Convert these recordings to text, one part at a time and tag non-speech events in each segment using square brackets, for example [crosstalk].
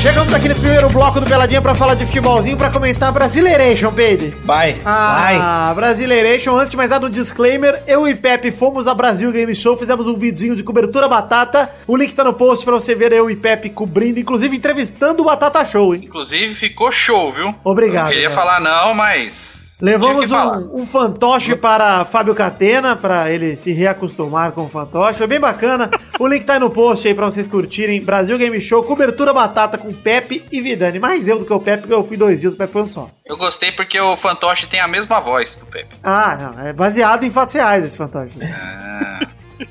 Chegamos aqui nesse primeiro bloco do Peladinha pra falar de futebolzinho, pra comentar Brasileiration, Pedro. Vai, vai. Ah, Brasileiration, antes de mais nada, um disclaimer. Eu e Pepe fomos a Brasil Game Show, fizemos um vidinho de cobertura batata. O link tá no post pra você ver eu e Pepe cobrindo, inclusive entrevistando o Batata Show, hein? Inclusive, ficou show, viu? Obrigado, Não queria cara. falar não, mas... tive Levamos que falar. um, um fantoche para Fábio Catena, para ele se reacostumar com o fantoche. Foi bem bacana. o link tá aí no post aí para vocês curtirem. Brasil Game Show, cobertura batata com Pepe e Vidani. Mais eu do que o Pepe, porque eu fui dois dias, o Pepe foi um só. Eu gostei porque o Fantoche tem a mesma voz do Pepe. Ah, não. É baseado em fatos reais esse fantoche. Ah.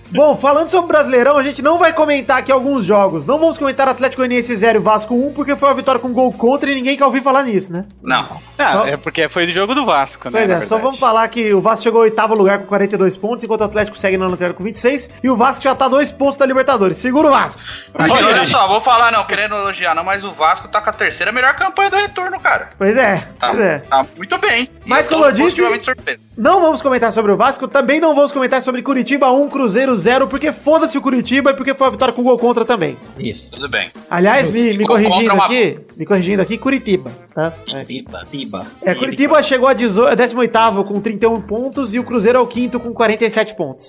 Bom, falando sobre o Brasileirão, a gente não vai comentar aqui alguns jogos. Não vamos comentar Atlético Goianiense 0 e Vasco 1, porque foi uma vitória com gol contra e ninguém quer ouvir falar nisso, né? Não. Não, Só- é porque foi do jogo do Vasco, né? Pois na é, só verdade. vamos falar que o Vasco chegou ao oitavo lugar com 42 pontos, enquanto o Atlético segue na lanterna com 26, e o Vasco já tá dois pontos da Libertadores. Segura o Vasco. Mas Olha olha aí. só, vou falar não, querendo elogiar não, mas o Vasco tá com a terceira melhor campanha do retorno, cara. Pois é, Tá, pois é. tá muito bem. E Mas tô como eu disse- Positivamente surpreso. Não vamos comentar sobre o Vasco, também não vamos comentar sobre Curitiba 1, Cruzeiro 0, porque foda-se o Curitiba e porque foi a vitória com gol contra também. Isso. Tudo bem. Aliás, me, me Gol contra corrigindo uma- aqui, me corrigindo aqui, Curitiba, tá? Tiba. Tiba. É, um Curitiba chegou a 18 18º com 31 pontos e o Cruzeiro é o quinto com 47 pontos.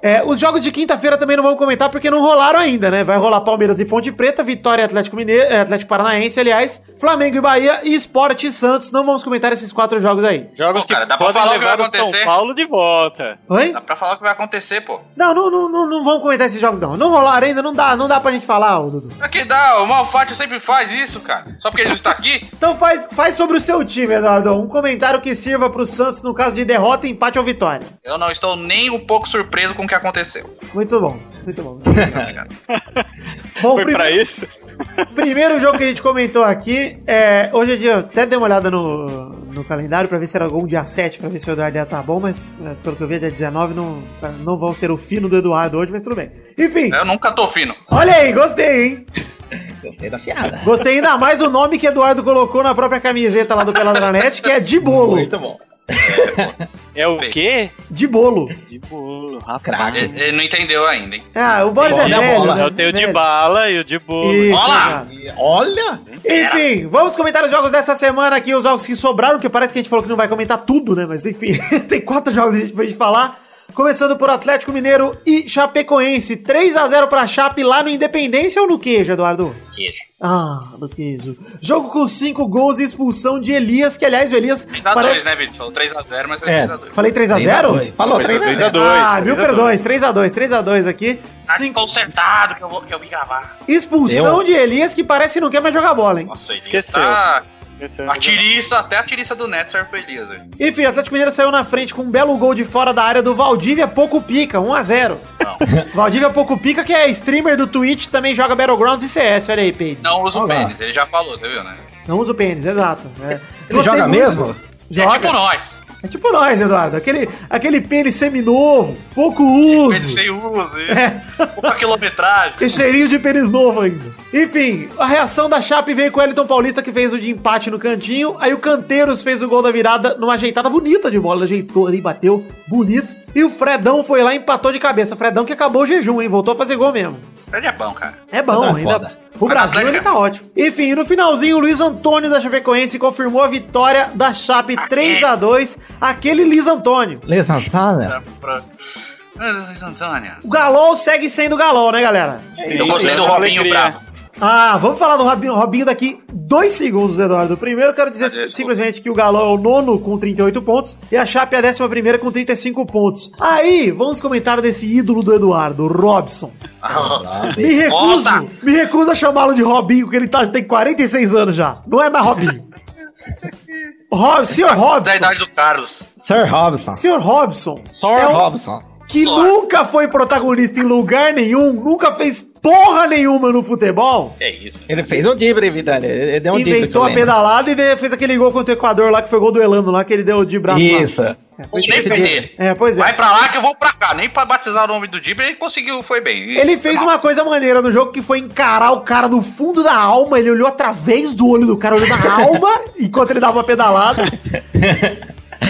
É, os jogos de quinta-feira também não vamos comentar porque não rolaram ainda, né? Vai rolar Palmeiras e Ponte Preta, Vitória e Atlético, Mineiro, eh, Atlético Paranaense, aliás, Flamengo e Bahia e Sport e Santos. Não vamos comentar esses quatro jogos aí. Jogos Pô, cara, que dá pra podem falar o que levar vai o São acontecer? Paulo de volta. Oi? Dá pra falar o que vai acontecer, pô. Não, não, não, não, não vamos comentar esses jogos, não. Não rolaram ainda, não dá, não dá pra gente falar, ô, Dudu. É que dá, o Malfátio sempre faz isso, cara. Só porque ele não está aqui. Então faz, faz sobre o seu time, Eduardo. Um comentário que sirva pro Santos no caso de derrota, empate ou vitória. Eu não estou nem um pouco surpreso com o que aconteceu. Muito bom, [laughs] muito bom. bom, Foi pra primeiro- isso? Primeiro jogo que a gente comentou aqui, é, hoje em dia eu até dei uma olhada no, no calendário pra ver se era algum dia 7, pra ver se o Eduardo ia estar bom, mas é, pelo que eu vi é dia 19, não, não vamos ter o fino do Eduardo hoje, mas tudo bem. Enfim, É. Eu nunca tô fino. olha aí, gostei, hein? Gostei é da fiada. Gostei ainda mais do nome que Eduardo colocou na própria camiseta lá do Peladranet, que é de bolo, Muito bom. É o quê? de bolo. De bolo, rapaz. Craque. Ele, ele não entendeu ainda, hein? Ah, o Boris é Bola, velho, bola. né? É o teu de Velho. bala e o de bolo. Isso, Olha lá! exato. E Olha! Enfim, vamos comentar os jogos dessa semana aqui, os jogos que sobraram, que parece que a gente falou que não vai comentar tudo, né? Mas enfim, [laughs] tem quatro jogos a gente pra gente falar. Começando por Atlético Mineiro e Chapecoense. 3 a 0 pra Chape lá no Independência ou no queijo, Eduardo? Queijo. Ah, no queijo. Jogo com cinco gols e expulsão de Elias, que aliás, o Elias. 3x2, Parece... né, Vitor? Falou 3x0, mas foi É. 3x2. Falei 3 a 0 Falou, 3 a 0 3x2. Ah, mil perdões, 3x2, 3x2 aqui. Tá Cinco- desconcertado que eu, vou, que eu vim gravar. Expulsão de Elias, que parece que não quer mais jogar bola, hein? Nossa, ele Esqueceu. tá... Esse é o- A tiriça, até a tiriça do Neto serve pro Elias, velho. Enfim, o Atlético Mineiro saiu na frente com um belo gol de fora da área do Valdívia, pouco pica, 1 a 0 [laughs] Valdívia pouco pica, que é streamer do Twitch, também joga Battlegrounds e CS, olha aí, Peide. Não usa o Olha lá. pênis, ele já falou, você viu, né? Não usa o pênis, exato. É. Ele Gostei joga muito. mesmo? Joga. É tipo nós. nós, Eduardo. Aquele, aquele pênis seminovo, pouco Pênis uso. sem uso, e- É. pouca quilometragem. E cheirinho de pênis novo ainda. Enfim, a reação da Chape veio com o Elton Paulista, que fez o de empate no cantinho. Aí o Canteiros fez o gol da virada numa ajeitada bonita de bola. Ele Ajeitou ali, bateu, bonito. E o Fredão foi lá e empatou de cabeça. Fredão que acabou o jejum, hein? Voltou a fazer gol mesmo. Ele é bom, cara. É bom, Fredão é ainda. foda. O Brasil Atlético. ele tá ótimo. Enfim, no finalzinho, o Luiz Antônio da Chapecoense confirmou a vitória da Chape 3 a 2 Aquele Luiz Antônio. Lesantada? Pra... Mas, Antônio. O Galol segue sendo Galol, né, galera? Eu gostei do Joga Robinho é alegria. Bravo. Ah, vamos falar do Robinho, Robinho daqui dois segundos, Eduardo. Primeiro, quero dizer Agradeço. simplesmente que o Galão é o nono com 38 pontos e a Chape é a décima primeira com 35 pontos. Aí, vamos comentar desse ídolo do Eduardo, o Robson. Me recuso, Volta! me recuso a chamá-lo de Robinho, porque ele tá, tem 46 anos já. Não é mais Robinho. [laughs] Rob, senhor Da Robson, idade do Carlos. Sir Robson. senhor Robson, Sir é um- Robson. que Só. nunca foi protagonista em lugar nenhum, nunca fez porra nenhuma no futebol. É isso. Ele fez um dibre, Vidani. Ele deu um dibre. Inventou a pedalada e de- fez aquele gol contra o Equador lá, que foi gol do Elano lá, que ele deu de braço. lá. Isso. Vou nem esse feder. É, pois é. Vai pra lá que eu vou pra cá. Nem pra batizar o nome do Dibra, ele conseguiu, foi bem. Ele fez uma coisa maneira no jogo que foi encarar o cara no fundo da alma. Ele olhou através do olho do cara, olhou na alma, [laughs] enquanto ele dava uma pedalada.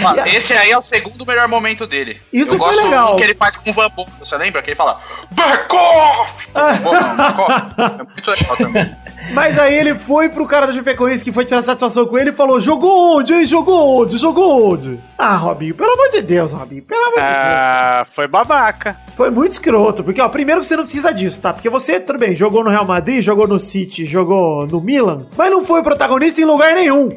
Ó, Esse aí é o segundo melhor momento dele. um- Isso eu foi gosto legal. do que ele faz com o Van Bom. Você lembra que ele fala Back off! [laughs] Bom, não, back off. É muito legal também. Mas aí ele foi pro cara da Chapecoense que foi tirar satisfação com ele e falou: Jogou onde, hein? Jogou onde? Jogou onde? Ah, Robinho, pelo amor de Deus, Robinho, pelo amor de Deus. Ah, [laughs] foi babaca. Foi muito escroto, porque, ó, primeiro que você não precisa disso, tá? Porque você, tudo bem, jogou no Real Madrid, jogou no City, jogou no Milan, mas não foi o protagonista em lugar nenhum.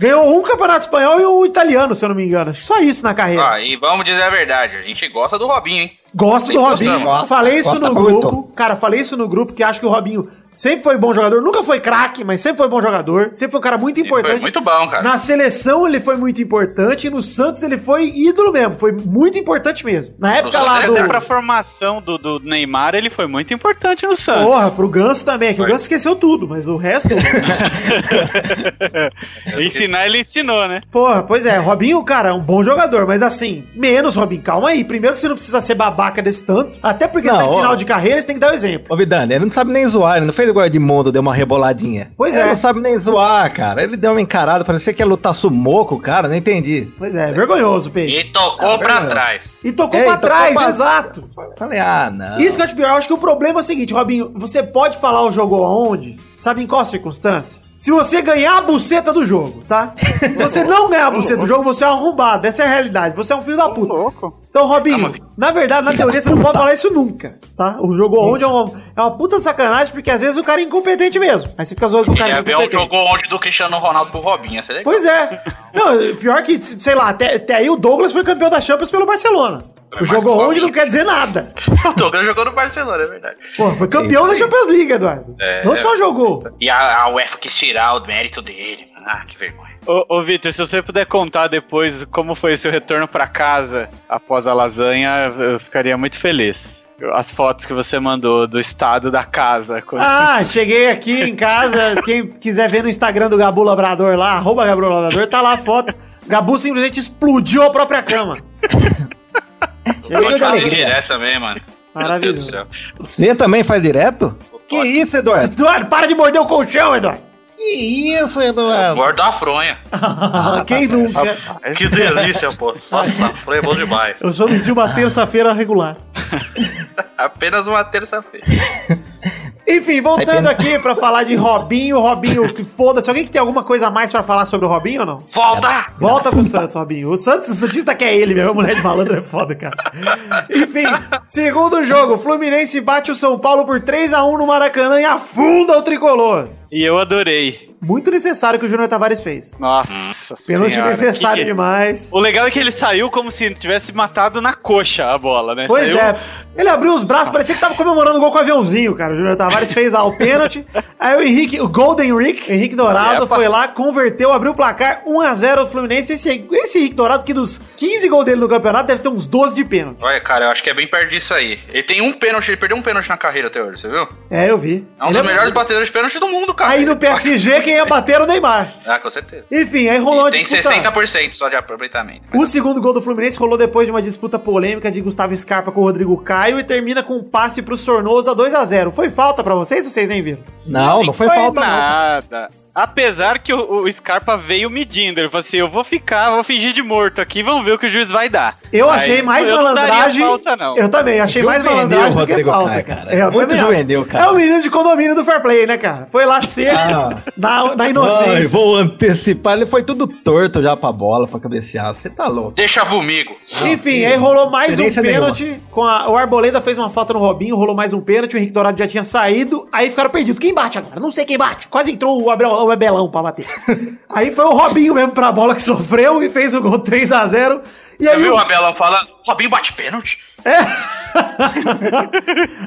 Ganhou um campeonato espanhol e um italiano, se eu não me engano. Acho que Só isso na carreira. Ó, Ah, e vamos dizer a verdade, a gente gosta do Robinho, hein? Gosto nem do Robinho. gostamos. falei isso Gosta no muito. grupo. Cara, falei isso no grupo que acho que o Robinho sempre foi bom jogador. Nunca foi craque, mas sempre foi bom jogador. Sempre foi um cara muito Ele foi importante. muito bom, cara. Na seleção ele foi muito importante e no Santos ele foi ídolo mesmo. Foi muito importante mesmo. Na época Santos lá ele do. até Até pra formação do, do Neymar, ele foi muito importante no Santos. Porra, pro Ganso também, é que o Ganso esqueceu tudo, mas o resto. [laughs] Ensinar, ele ensinou, né? Porra, pois é, Robinho, cara, é um bom jogador, mas assim, menos, Robinho, calma aí. Primeiro que você não precisa ser babaca desse tanto, até porque você Não, tá em final ó. de carreira, você tem que dar o exemplo. Ô, Vidani, ele não sabe nem zoar. Ele não fez igual o Edmundo, deu uma reboladinha. Pois Ele é. não sabe nem zoar, cara. Ele deu uma encarada. Parecia que ia lutar sumoco, cara. Não entendi. Pois é, vergonhoso, Pedro. E tocou Ah, pra verdade. trás. E tocou É, pra e tocou trás, pra- exato. Falei, ah, não. Isso que eu acho pior. Eu acho que o problema é o seguinte, Robinho, você pode falar o jogo aonde, sabe em qual circunstância? Se você ganhar a buceta do jogo, tá? Se você não ganhar a buceta do jogo, você é um arrombado. Essa é a realidade. Você é um filho da puta. louco. Então, Robinho, na verdade, na teoria, você não pode falar isso nunca, tá? O jogo onde é uma, é uma puta sacanagem, porque às vezes o cara é incompetente mesmo. Aí você fica zoando com o cara Queria ver um incompetente. jogo onde do Cristiano Ronaldo pro Robinho, essa é legal. Pois é. Não, pior que, sei lá, até, até aí o Douglas foi campeão da Champions pelo Barcelona. O Mas jogo com o onde não Robinho. quer dizer nada. [laughs] O Douglas jogou no Barcelona, é verdade. Pô, foi campeão da Champions League, Eduardo. É. Não só jogou. E a, a UEFA quis tirar o mérito dele. Ah, que vergonha. Ô, ô Vitor, se você puder contar depois como foi seu retorno pra casa após a lasanha, eu ficaria muito feliz. As fotos que você mandou do estado da casa. quando- Ah, cheguei aqui em casa. Quem quiser ver no Instagram do Gabu Labrador lá, arroba Gabu Labrador, tá lá a foto. Gabu simplesmente explodiu a própria cama. Eu gosto de Jogo da fazer alegria. direto também, mano. Meu Deus do É Maravilhoso. céu. Você também faz direto? Que isso, Eduardo? Eduardo, para de morder o colchão, Eduardo. Que isso, Eduardo? Guarda a fronha. Quem nunca? Que delícia, pô. Só safra é bom demais. Eu sou de uma terça-feira regular. Apenas uma terça-feira. Enfim, voltando aqui pra falar de Robinho, Robinho, que foda-se. Alguém que tem alguma coisa a mais pra falar sobre o Robinho ou não? Volta! Volta pro Santos, Robinho. O Santos, o Santista quer ele mesmo. A mulher de malandro é foda, cara. Enfim, segundo jogo, Fluminense bate o São Paulo por 3x1 no Maracanã e afunda o tricolor. E eu adorei. Muito necessário que o Júnior Tavares fez. Nossa Pênalti senhora, necessário Hum. que- demais. O legal é que ele saiu como se tivesse matado na coxa a bola, né? Pois Saiu- é, ele abriu os braços, parecia que tava comemorando o gol com o aviãozinho, cara. O Júnior Tavares fez lá o pênalti. Aí o Henrique, o Golden Rick, Henrique Dourado, Epa. foi lá, converteu, abriu o placar 1x0 o Fluminense. Esse, esse Henrique Dourado, que dos 15 gols dele no campeonato, deve ter uns 12 de pênalti. Olha, cara, eu acho que é bem perto disso aí. Ele tem um pênalti, ele perdeu um pênalti na carreira até hoje, você viu? É, eu vi. É um Ele dos melhores batedores de pênalti do mundo, cara. Aí no PSG, quem ia bater era o Neymar. Ah, com certeza. Enfim, aí rolou E uma tem disputa. 60% só de aproveitamento. O segundo gol do Fluminense rolou depois de uma disputa polêmica de Gustavo Scarpa com o Rodrigo Caio e termina com um passe pro Sornosa 2x0. Foi falta pra vocês ou vocês nem viram? Não, não foi falta, não. nada. Apesar que o, o Scarpa veio medindo, ele falou assim: eu vou ficar, vou fingir de morto aqui, vamos ver o que o juiz vai dar. Eu Aí achei ele mais falou, eu não daria malandragem. falta, não. Eu também, achei mais Juvenil, malandragem do que Rodrigo falta, Caio, cara. cara. Eu Muito também acho. juvenil, cara. É o menino de condomínio do Fair Play, né, cara? Foi lá seco, Ah. [laughs] na, na Ai, inocência. vou antecipar. Ele foi tudo torto já pra bola, pra cabecear. Você tá louco. Deixa comigo. Enfim, aí rolou mais um experiência pênalti. Com a- o Arboleda fez uma falta no Robinho, rolou mais um pênalti. O Henrique Dourado já tinha saído. Aí ficaram perdidos. Quem bate agora? Não sei quem bate. Quase entrou o, Abel, o Abelão pra bater. aí foi o Robinho mesmo pra bola que sofreu e fez o gol 3x0. E Você aí viu o- o Abelão falando? Robinho bate pênalti? [laughs]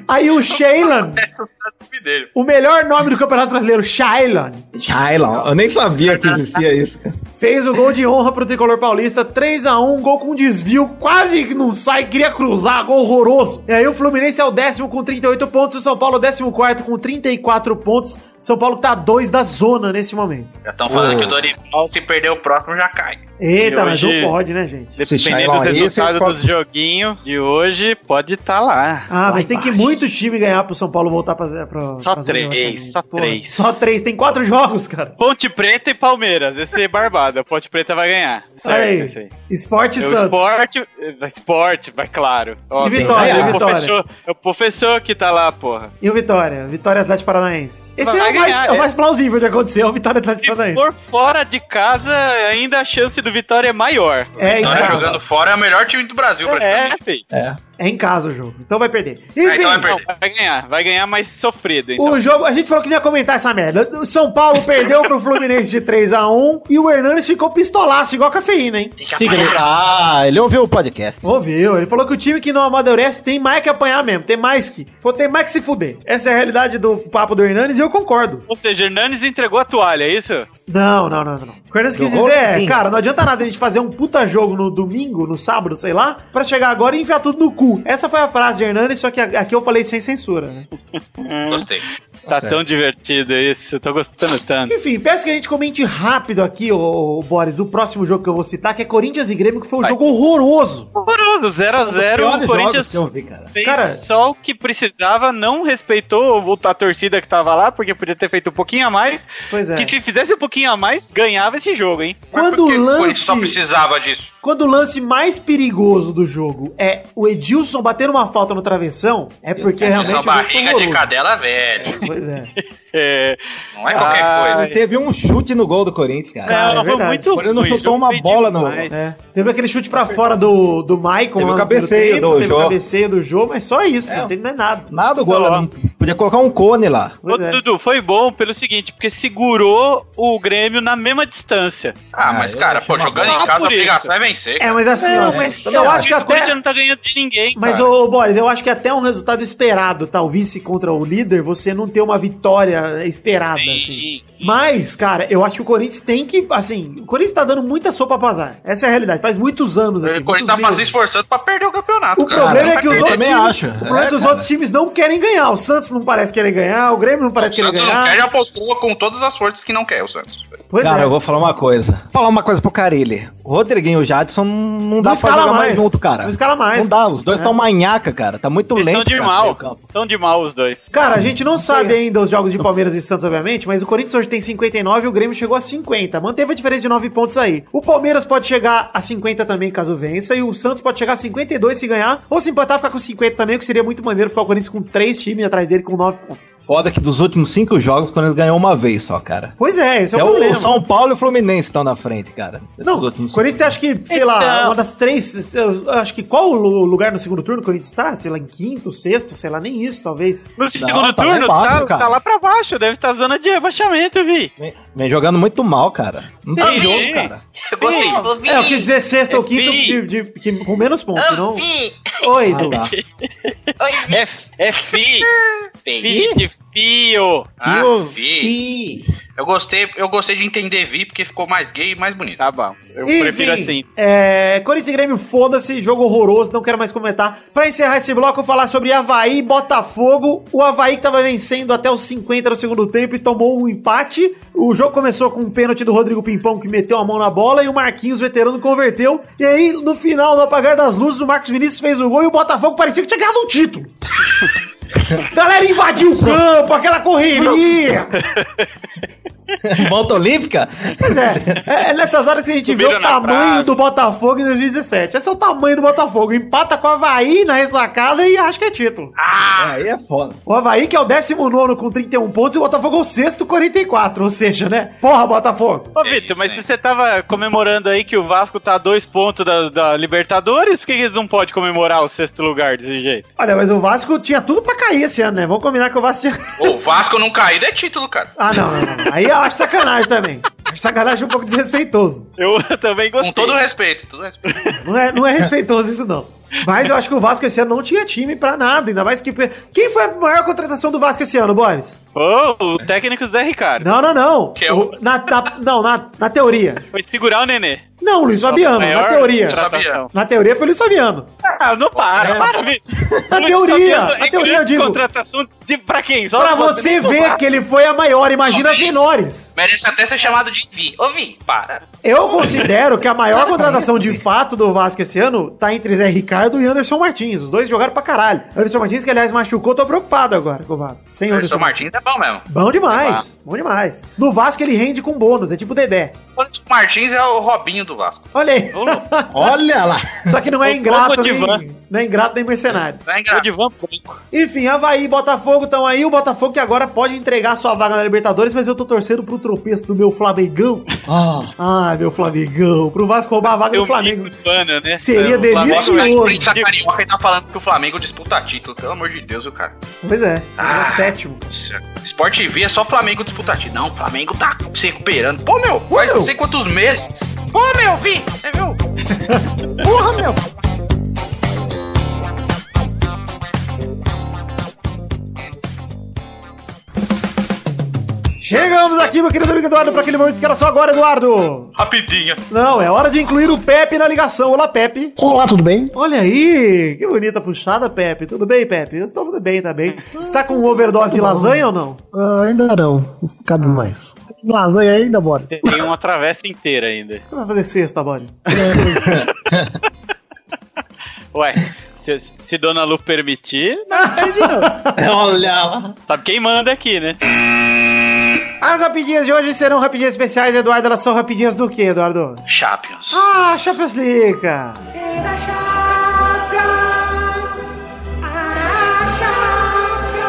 aí o Shailan, [laughs] Essa é a subida dele. o melhor nome do Campeonato Brasileiro, Shailan. Shailon, eu nem sabia que existia isso, cara. Fez o gol de honra pro tricolor paulista, 3x1, gol com desvio, quase que não sai, queria cruzar, gol horroroso. E aí o Fluminense é o décimo com 38 pontos, o São Paulo é o décimo quarto com 34 pontos. São Paulo tá a dois da zona nesse momento. Já estão falando que o Dorival, se perder o próximo, já cai. Eita, E mas hoje- não pode, né, gente? Esse Dependendo Shailon dos aí, resultados vocês dos joguinhos de hoje, pode estar lá. Ah, mas tem que muito time ganhar pro São Paulo voltar pra... pra Só pra zona três, do rebaixamento. só Pô, três. Só três, tem quatro jogos, cara. Ponte Preta e Palmeiras, esse é barbado. A Ponte Preta vai ganhar. Olha Certo, aí, isso aí. Esporte É e o Santos. esporte, é, esporte, vai claro. Ó, E tem- é Vitória, e o Vitória. professor, é o professor que tá lá, porra. E o Vitória? Vitória Atlético Paranaense. Esse Vai é o, mais, ganhar, é o é. mais plausível de acontecer, é o Vitória Atlético Se Paranaense. for fora de casa, ainda a chance do Vitória é maior. É, em Então, casa. jogando fora é o melhor time do Brasil, É, praticamente. filho. É. É em casa o jogo, então vai perder. Enfim, então vai perder. Não, vai ganhar, vai ganhar mais sofrido. Então. o jogo, a gente falou que não ia comentar essa merda. O São Paulo perdeu pro Fluminense de 3x1 e o Hernandes ficou pistolaço, igual a cafeína, hein? Tem que Fica apanhar. ali. tá. Ah, ele ouviu o podcast. Ouviu, ele falou que o time que não amadurece tem mais que apanhar mesmo, tem mais que. falou, Tem mais que se fuder. Essa é a realidade do papo do Hernandes e eu concordo. Ou seja, Hernanes entregou a toalha, é isso? Não, não, não, não. não. O Hernandes Do quis dizer, é, Rolandinho. cara, não adianta nada a gente fazer um puta jogo no domingo, no sábado, sei lá, pra chegar agora e enfiar tudo no cu. Essa foi a frase de Hernandes, só que a- aqui eu falei sem censura, né? Gostei. Tá tão divertido isso, eu tô gostando tanto. Enfim, peço que a gente comente rápido aqui, ô, ô, Boris, o próximo jogo que eu vou citar, que é Corinthians e Grêmio, que foi um jogo horroroso. Horroroso, 0x0, o Corinthians eu vi, cara. fez Cara- só o que precisava, não respeitou o- a torcida que tava lá, porque podia ter feito um pouquinho a mais, Pois é. que se fizesse um pouquinho a mais, ganhava esse jogo, hein? Mas Quando por que o O Corinthians só lance, precisava disso. quando o lance mais perigoso do jogo é o Edilson bater uma falta no travessão, é porque Porque realmente uma o jogo foi barriga de horroroso. cadela velha. pois é. É, Não é qualquer Ah, coisa. Ele teve um chute no gol do Corinthians, cara. Cara, é ela foi verdade. muito Ele não ruim, chutou uma joguei bola no- demais. É. Teve aquele chute pra fora do, do Maicon. Teve lá o no cabeceio primeiro do Teve o Jô. cabeceio do Jô, mas só isso, É. não teve mais nada. Nada o gol. Ó. Não. Podia colocar um cone lá. Ô, Pois é. Dudu, foi bom pelo seguinte, porque segurou o Grêmio na mesma distância. Ah, mas Ah, cara, eu pô, achei uma jogando boa. em casa, Ah, por isso. obrigação é vencer. cara. É, mas assim, Não, ó, mas eu sei lá, acho que O Corinthians até. não tá ganhando de ninguém, Mas, cara. ô, ô, Boris, eu acho que até um resultado esperado, tá? O vice contra o líder, você não ter uma vitória esperada, assim. Sim. Mas, cara, eu acho que o Corinthians tem que, assim, o Corinthians tá dando muita sopa pra azar. Essa é a realidade. Faz muitos anos. aqui, O Corinthians tá muitos fazendo meses. esforçando pra perder o campeonato. O cara. problema Não é vai que os perder. outros também times, acho. o problema é, É, que os cara. outros times não querem ganhar. O Santos não parece querer ganhar, o Grêmio não O parece querer Santos ganhar. não quer e apostou com todas as forças que não quer, o Santos. Pois cara, é. eu vou falar uma coisa. Falar uma coisa pro Carilli. O Rodriguinho e o Jadson não dá pra escala jogar mais. mais. junto, cara. Não escala mais. Não dá, os dois É. estão manhaca, cara. Tá muito Eles estão lento. de cara, mal. no campo. Estão de mal os dois. Cara, a gente não sabe sei. ainda os jogos de Palmeiras e Santos, obviamente, mas o Corinthians hoje tem 59 e o Grêmio chegou a 50. Manteve a diferença de 9 pontos aí. O Palmeiras pode chegar a 50 também, caso vença, e o Santos pode chegar a 52 se ganhar, ou se empatar, ficar com 50 também, o que seria muito maneiro ficar o Corinthians com três times atrás dele com 9 pontos. Foda que dos últimos cinco jogos, quando ele ganhou uma vez só, cara. Pois é, esse é, Até o o problema. São Paulo e o Fluminense estão na frente, cara. Esses Não, últimos o Corinthians acho que, sei lá, Então. uma das três. eu Acho que qual o lugar no segundo turno o Corinthians tá? Sei lá, em quinto, sexto, sei lá, nem isso, talvez. No segundo tá lá turno, embaixo, tá, cara. tá lá pra baixo. Deve estar zona de rebaixamento, vi. Vem, vem jogando muito mal, cara. Não tem Sim. jogo, cara. Eu gostei. Eu vi. É, eu quis dizer sexto ou quinto vi. de, de- que- com menos pontos, não. Eu vi. Oi, Ah, Edu. tá. [laughs] É, é fi. fi de fio. Ah, Fio- vi. Eu gostei, eu gostei de entender vi porque ficou mais gay e mais bonito. Tá bom. Eu Enfim, prefiro assim. É, Corinthians e Grêmio, foda-se, jogo horroroso, não quero mais comentar. Pra encerrar esse bloco, eu vou falar sobre Havaí e Botafogo. O Havaí que tava vencendo até os 50 no segundo tempo e tomou um empate. O jogo começou com um pênalti do Rodrigo Pimpão que meteu a mão na bola e o Marquinhos, veterano, converteu. E aí, no final, no apagar das luzes, o Marcos Vinícius fez o gol e o Botafogo parecia que tinha ganhado um título. [laughs] Galera invadiu o campo, aquela correria. Volta olímpica? Pois é, é, é nessas horas que a gente vê Subiram o na tamanho trave. do Botafogo em 2017. Esse é o tamanho do Botafogo. Empata com o Havaí na ressacada e acho que é título. Ah. Aí é foda. O Havaí que é o 19 com 31 pontos e o Botafogo é o sexto, 44. Ou seja, né? Porra, Botafogo. Ô, É Vitor, isso, mas né? se você tava comemorando aí que o Vasco tá a dois pontos da, da Libertadores, por que que eles não podem comemorar o sexto lugar desse jeito? Olha, mas o Vasco tinha tudo pra cair esse ano, né? Vamos combinar que o Vasco tinha... [laughs] O Vasco não caído é título, cara. Ah, não, não, não. Aí eu acho sacanagem também. Acho sacanagem um pouco desrespeitoso. Eu [laughs] também gostei. Com todo o respeito, todo o respeito. Não é, não é respeitoso isso, não. Mas eu acho que o Vasco esse ano não tinha time pra nada, ainda mais que... Quem foi a maior contratação do Vasco esse ano, Boris? Ô, o técnico Zé Ricardo. Não, não, não. Que é O- na, na- não, na, na teoria. Foi segurar o Nenê. Não, Luiz Fabiano, na Maior teoria. contratação. Na teoria foi Luiz Fabiano. Ah, não para, para, [laughs] Vitor. Na Luiz É. teoria, Fabiano na é teoria, eu grande digo. contratação de, pra quem? Só Pra você ver que ele foi a maior, imagina as menores. Merece até ser chamado de Vi. Ô, Vi, para. Eu considero que a maior contratação de fato do Vasco esse ano tá entre Zé Ricardo e Anderson Martins. Os dois jogaram pra caralho. Anderson Martins, que aliás machucou, tô preocupado agora com o Vasco. Sem Anderson, Anderson Martins. Martins é bom mesmo. Bom demais, bom demais. No Vasco ele rende com bônus, é tipo o Dedé. Anderson Martins é o Robinho do Vasco. Olha aí. Olha lá. [laughs] Só que não é O ingrato, Copa de Van. nem, não é ingrato nem mercenário. Não é Tô engraçado. de van branco. Enfim, Havaí e Botafogo estão aí. O Botafogo que agora pode entregar sua vaga na Libertadores, mas eu tô torcendo pro tropeço do meu Flamengão. Ah, Ah, meu Flamengão. Pro Vasco roubar a vaga do Tem um Flamengo. mito urbano, né? Seria O Flamengo- delicioso. Nossa, Senhor. mas Prince da Carioca ele tá falando que o Flamengo disputa título. Pelo amor de Deus, o cara. Pois é, é o Ah. sétimo. Sport TV é só Flamengo disputar título. Não, o Flamengo tá se recuperando. Pô, meu, faz não sei quantos meses. Pô, meu, Vi, você viu? porra, meu. Chegamos aqui, meu querido amigo Eduardo, pra aquele momento que era só agora, Eduardo. Rapidinha. Não, é hora de incluir o Pepe na ligação. Olá, Pepe. Olá, tudo bem? Olha aí, que bonita puxada, Pepe. Tudo bem, Pepe? Eu tô tudo bem, tá bem. Você tá com overdose de lasanha ou não? Ah, ainda não, cabe mais. Lasanha ainda, [laughs] bora. Tem uma travessa inteira ainda. Você vai fazer sexta, Boris. Ué, se, se Dona Lu permitir, [laughs] Olha lá. sabe quem manda aqui, né? [laughs] As rapidinhas de hoje serão rapidinhas especiais, Eduardo. Elas são rapidinhas do que, Eduardo? Champions. Ah, Champions League, cara. Chega Champions, a Champions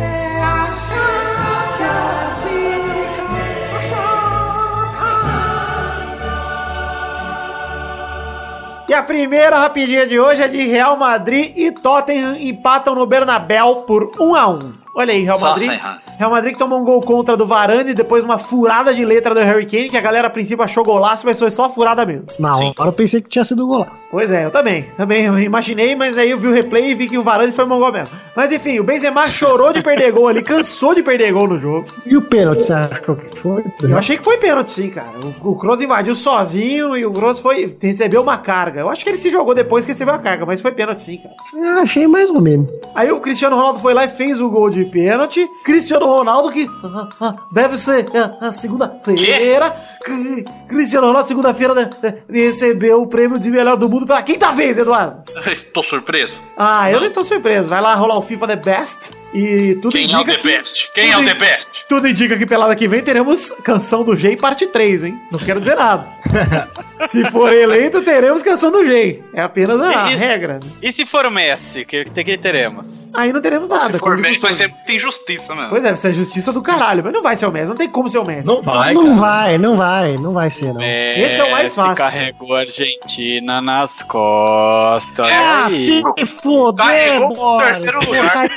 é a E a primeira rapidinha de hoje é de Real Madrid e Tottenham empatam no Bernabéu por 1 a 1 Olha aí, Real Só Madrid. sem errar. Real Madrid que tomou um gol contra do Varane, depois uma furada de letra do Harry Kane, que a galera a princípio achou golaço, mas foi só furada mesmo. Na Sim. hora eu pensei que tinha sido golaço. Pois é, eu também. Também eu imaginei, mas aí eu vi o replay e vi que o Varane foi mongol mesmo. Mas enfim, o Benzema chorou de perder gol ali, cansou de perder gol no jogo. E o pênalti, você achou que foi? Eu achei que foi pênalti sim, cara. O, o Kroos invadiu sozinho e o Kroos foi recebeu uma carga. Eu acho que ele se jogou depois que recebeu a carga, mas foi pênalti sim, cara. Eu achei mais ou menos. Aí o Cristiano Ronaldo foi lá e fez o gol de pênalti. Cristiano Ronaldo que ah, ah, deve ser ah, ah, segunda-feira. C- Cristiano Ronaldo segunda-feira né, recebeu o prêmio de melhor do mundo pela quinta vez, Eduardo. [laughs] Tô surpreso. Ah, eu não estou surpreso. Vai lá rolar o FIFA The Best e tudo Quem é o indica The que... Best? Quem é o tudo The in- Best? Tudo indica que pelada que vem teremos canção do G parte 3, hein? Não quero dizer nada. Se for eleito, teremos canção do G. É apenas a E- e- regra. E se for o Messi, que, que, que teremos? Aí não teremos nada. Se for como Messi, vai discussão. ser muita injustiça, mano. Pois é, isso é justiça do caralho, mas não vai ser o Messi, não tem como ser o Messi. Não vai, não cara. vai, não vai, não vai ser, não. Esse é o mais Messi fácil. carregou a Argentina nas costas. Ah, Olha aí. se é, foder, Carregou o bora. terceiro lugar.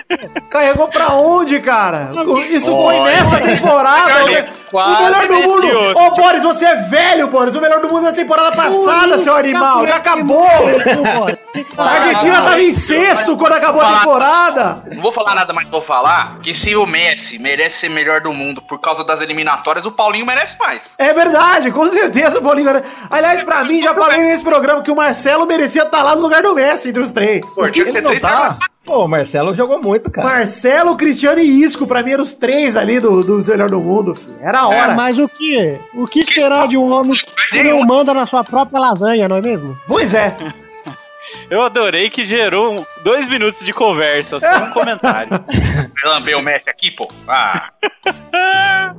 Carregou pra onde, cara? Isso foi Olha. nessa temporada. Olha, né? quase o melhor do meteu mundo. Ô, outro. Boris, você é velho, Boris. O melhor do mundo da temporada passada, seu animal. Já acabou. Bora. A Argentina tava em sexto quando acabou a temporada. Não vou falar nada, mas vou falar que se o Messi merece ser melhor do mundo por causa das eliminatórias, o Paulinho merece mais. É verdade, com certeza o Bolívar. Aliás, pra mim, já falei nesse programa que o Marcelo merecia estar lá no lugar do Messi entre os três. Porque Ele não tá. Pô, o Marcelo jogou muito, cara. Marcelo, Cristiano e Isco, pra mim, eram os três ali do- dos melhor do mundo. Filho. Era a hora. É, Mas o que? O que esperar de um homem que não manda na sua própria lasanha, não é mesmo? Pois é. Eu adorei que gerou um- dois minutos de conversa, só um [laughs] comentário. Lambeu o Messi aqui, pô. Ah,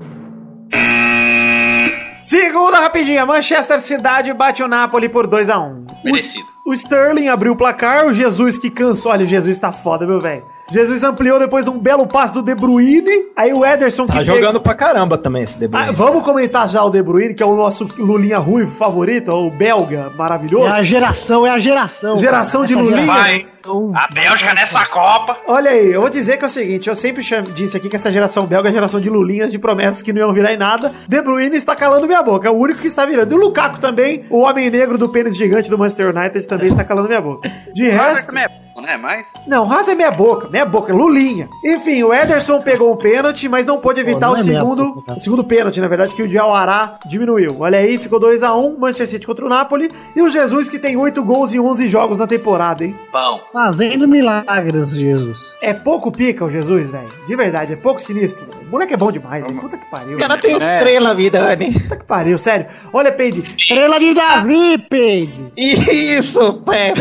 Segunda rapidinha, Manchester Cidade bate o Napoli por 2x1. merecido. O Sterling abriu o placar, o Jesus que cansou. Olha, o Jesus tá foda, meu velho. Jesus ampliou depois de um belo passe do De Bruyne. Aí o Ederson que Tá pegou- jogando pra caramba também esse De Bruyne. Ah, vamos comentar já o De Bruyne, que é o nosso Lulinha ruivo favorito, o belga É maravilhoso. a geração, é a geração. Geração de Lulinha. Lulinhas. Vai, hein? A Bélgica nessa Copa. Olha aí, eu vou dizer que é o seguinte, eu sempre cham- disse aqui que essa geração belga é a geração de lulinhas, de promessas que não iam virar em nada. De Bruyne está calando minha boca, é o único que está virando. E o Lukaku também, o homem negro do pênis gigante do Manchester United, também está calando minha boca. De Hazard resto... também é bom, né? Mas. Não, Haas é meia boca, meia boca, Lulinha. Enfim, o Ederson pegou um pênalti, mas não pôde evitar não o é meia segundo, boca, tá? o segundo pênalti, na verdade, que o de Alvará diminuiu. Olha aí, ficou 2x1, Manchester City contra o Napoli. E o Jesus que tem 8 gols em 11 jogos na temporada, hein? Bom. Fazendo milagres, Jesus. É pouco pica o Jesus, velho. De verdade, é pouco sinistro. velho. O moleque é bom demais, velho. Puta que pariu. O cara tem estrela, vida, né? Puta que pariu, sério. Olha, Peide. Estrela de Davi, Pedro. Isso, pé.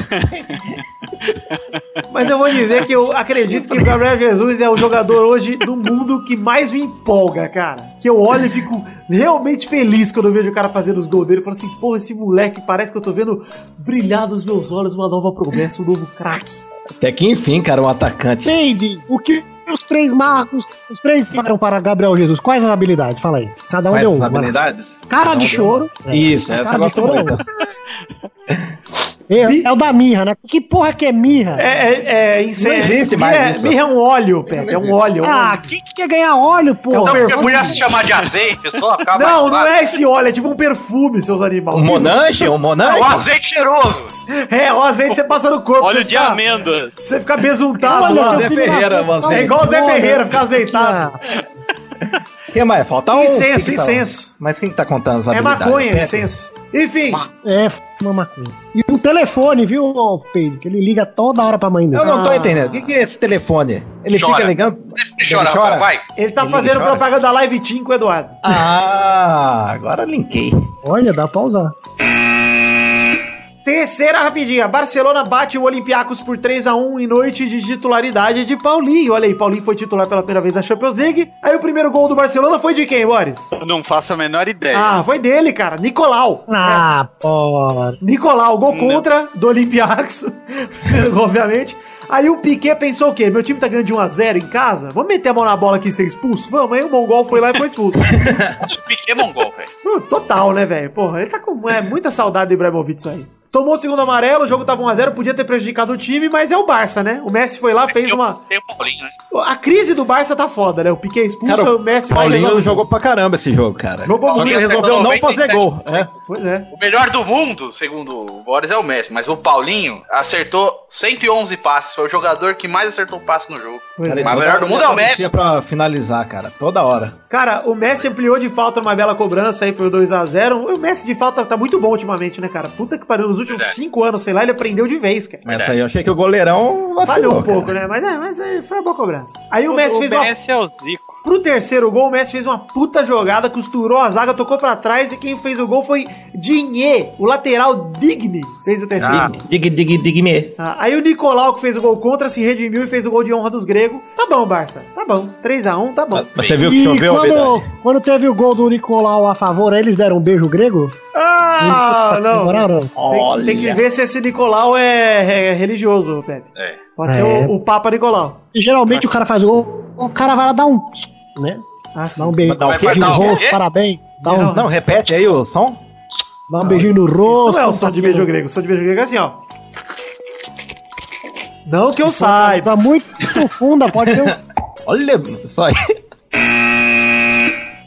Mas eu vou dizer que eu acredito que o Gabriel Jesus é o jogador hoje do mundo que mais me empolga, cara. Que eu olho e fico realmente feliz quando eu vejo o cara fazendo os gols dele. Eu falo assim, pô, esse moleque parece que eu tô vendo brilhar nos meus olhos uma nova promessa, um novo craque. Até que enfim, cara, um atacante. Peide, o que os três marcos, os três que deram para Gabriel Jesus, quais as habilidades? Fala aí. Cada um Quais deu as uma. habilidades? Cara de Cada um choro. deu uma. Isso, essa eu gosto muito. É, é o da mirra, né? Que porra que é mirra? É, é, é inse- Não existe mais Mirra- isso. Mirra é um óleo, Pepe. É um óleo. é um Ah, óleo. quem que quer ganhar óleo, pô? É Não, o porque perfume. Então, podia se chamar de azeite, só ficava. Não, não é esse óleo, é tipo um perfume, seus animais. Um Monange? Um É Monange? um azeite cheiroso. É, o azeite você passa no corpo. Óleo você de fica- amêndoas. Você fica besuntado Olha, lá. Zé seu filho Ferreira, da puta, você. tá É igual o Zé foda, Ferreira, ficar aqui, azeitado. Ah, ó. Quem mais? Falta um. Incenso, Quem que tá- incenso. Mas quem que tá contando as É habilidades? maconha, Pepe? licença. Enfim, É, uma maconha. E um telefone, viu, ô, Pedro? Que ele liga toda hora pra mãe dele. Eu não tô Ah. entendendo. O que, que é esse telefone? Ele Chora. fica ligando. Chora, Ele chora? vai. ele tá Ele fazendo chora? propaganda da Live Team com o Eduardo. Ah, agora linkei. Olha, dá pra usar. Terceira rapidinha. Barcelona bate o Olympiacos por 3 a 1 em noite de titularidade de Paulinho. Olha aí, Paulinho foi titular pela primeira vez na Champions League. Aí o primeiro gol do Barcelona foi de quem, Boris? Não faço a menor É ideia. Ah, foi dele, cara. Nicolau. Ah, porra. Nicolau, gol contra do Olympiacos. [laughs] Primeiro gol, obviamente. Aí o Piquet pensou o quê? Meu time tá ganhando de 1x0 em casa? Vamos meter a mão na bola aqui e ser expulso? Vamos. Aí o Mongol foi lá e [laughs] foi expulso. Nossa, o Piquet é mongol, velho. Pô, Total, né, velho? Porra, ele tá com é, muita saudade do Ibrahimovic isso aí. Tomou o segundo amarelo, o jogo tava 1x0, podia ter prejudicado o time, mas é o Barça, né? O Messi foi lá, fez tem o- uma. Tem o Paulinho, né? A crise do Barça tá foda, né? O Piquet expulso, Cara, o Messi vai Paulinho resolver. jogou pra caramba esse jogo, cara. Jogou Só que muito, ele resolveu acertou não fazer 97 gol. É. Pois é. O melhor do mundo, segundo o Boris, é o Messi, mas o Paulinho acertou 111 passes, foi o jogador que mais acertou passe no jogo. Pois Cara, ele é. Mas o melhor do mundo é o Messi. Pra finalizar, cara, toda hora. Cara, o Messi ampliou de falta numa bela cobrança aí, foi o 2x0. O Messi de falta tá muito bom ultimamente, né, cara? Puta que pariu, nos últimos Verdade. 5 anos, sei lá, ele aprendeu de vez, cara. Mas aí eu achei que o goleirão Falhou vacilou. um pouco, cara. né? Mas, é, mas é, foi uma boa cobrança. Aí o Messi fez uma Messi é o Zico. Pro terceiro gol, o Messi fez uma puta jogada, costurou a zaga, tocou pra trás e quem fez o gol foi Dinhê, o lateral Digni, fez o terceiro. Ah, dig, dig, dig me. Ah, aí o Nicolau, que fez o gol contra, se redimiu e fez o gol de honra dos gregos. Tá bom, Barça, tá bom. 3x1, tá bom. Mas você viu que E choveu, Abidani? quando, quando teve o gol do Nicolau a favor, aí eles deram um beijo grego? Tá Ah, não. Comemoraram? Tem, tem que ver se esse Nicolau é, é religioso, Pepe. É. Pode É. ser o, o Papa Nicolau. E geralmente o cara faz o gol, o cara vai lá dar um. Né? Ah, Dá um beijo Dá o quê? de Dá o rosto, quê? parabéns. Dá um, Geral- Não, repete aí o som. dá um beijinho no Isso rosto. um não é o som de beijo grego. O som de beijo grego é assim, ó. Não que eu saiba. Tá muito profunda, pode ser [laughs] um. Olha só aí.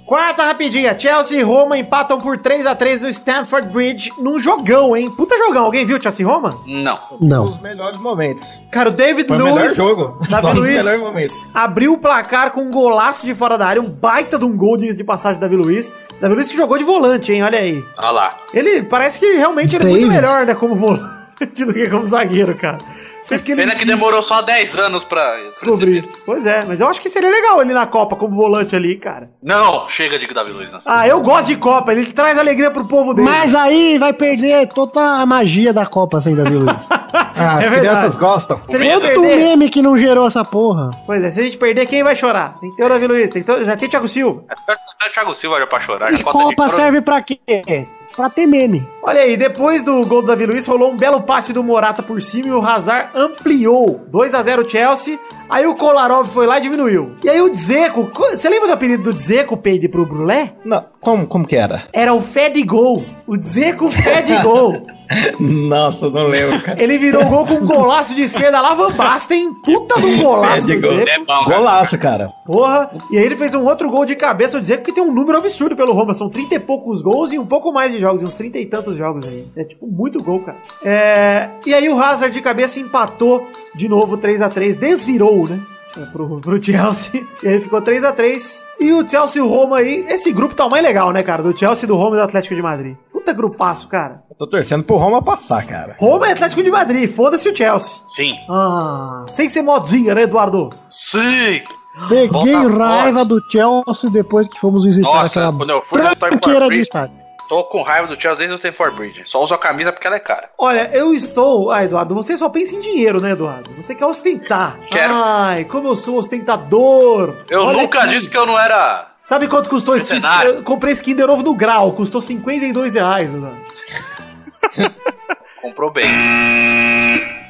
Quarta rapidinha, Chelsea e Roma empatam por 3 x 3 no Stamford Bridge num jogão, hein? Puta jogão, alguém viu Chelsea e Roma? Não. Não. Os melhores momentos. Cara, o David Foi o melhor Luiz, jogo. Davi Só os Luiz melhores momentos. abriu o placar com um golaço de fora da área, um baita de um gol diga-se de passagem do Davi Luiz. Davi Luiz que jogou de volante, hein? Olha aí. Olha lá. Ele parece que realmente ele é muito David. melhor, né, como volante [laughs] do que como zagueiro, cara. Sempre que ele Pena que insiste. demorou só 10 anos pra descobrir. Pois é, mas eu acho que seria legal ele na Copa como volante ali, cara. Não, chega de Davi Luiz nessa. Ah, eu gosto de Copa, ele traz alegria pro povo dele. É Mas aí vai perder toda a magia da Copa sem Davi Luiz. Ah, as É crianças gostam. Se ele Quanto perder, meme que não gerou essa porra. pois é, se a gente perder, quem vai chorar? Tem que ter o Davi Luiz, tem que ter, já tem Thiago Silva. O Thiago Silva já pra chorar. E Já falta Copa de- serve pra quê? Pra ter meme. Olha aí, depois do gol do Davi Luiz, rolou um belo passe do Morata por cima e o Hazard ampliou. 2 a 0 Chelsea, aí o Kolarov foi lá e diminuiu. E aí o Dzeko, co- você lembra do apelido do Dzeko, Peide, pro Brulé? Não, como, como que era? Era o Fed Gol. O Dzeko Fed Gol. [laughs] Nossa, não lembro, cara. Ele virou o gol com um golaço de esquerda lá, Van Basten. Puta do golaço Fed do Gol. Dzeko. É bom, cara. Golaço, cara. Porra, e aí ele fez um outro gol de cabeça, eu dizer que tem um número absurdo pelo Roma, são 30 e poucos gols e um pouco mais de jogos, uns 30 e tantos jogos aí. É tipo muito gol, cara. É, E aí o Hazard de cabeça empatou de novo 3 a 3 desvirou, né? é, Pro, pro Chelsea. E aí ficou 3 a 3 E o Chelsea e o Roma aí. Esse grupo tá o mais legal, né, cara? Do Chelsea, do Roma e do Atlético de Madrid. Puta grupaço, cara. Tô torcendo pro Roma passar, cara. Roma e Atlético de Madrid. Foda-se o Chelsea. Sim. Ah, sem ser modinha, né, Eduardo? Sim. Peguei Volta raiva forte. do Chelsea depois que fomos visitar Nossa, aquela quando eu fui no Stamford tranqueira de Bridge. estádio. Tô com raiva do Chelsea desde o Stanford Bridge. Só uso a camisa porque ela é cara. Olha, eu estou. Ah, Eduardo, você só pensa em dinheiro, né, Eduardo? Você quer ostentar. Quero. Ai, como eu sou ostentador. Eu Olha nunca aqui. disse que eu não era. Sabe quanto custou esse Mercenário. Eu comprei esse Kinder Ovo no grau, custou 52 reais, Eduardo. Comprou Hum. bem.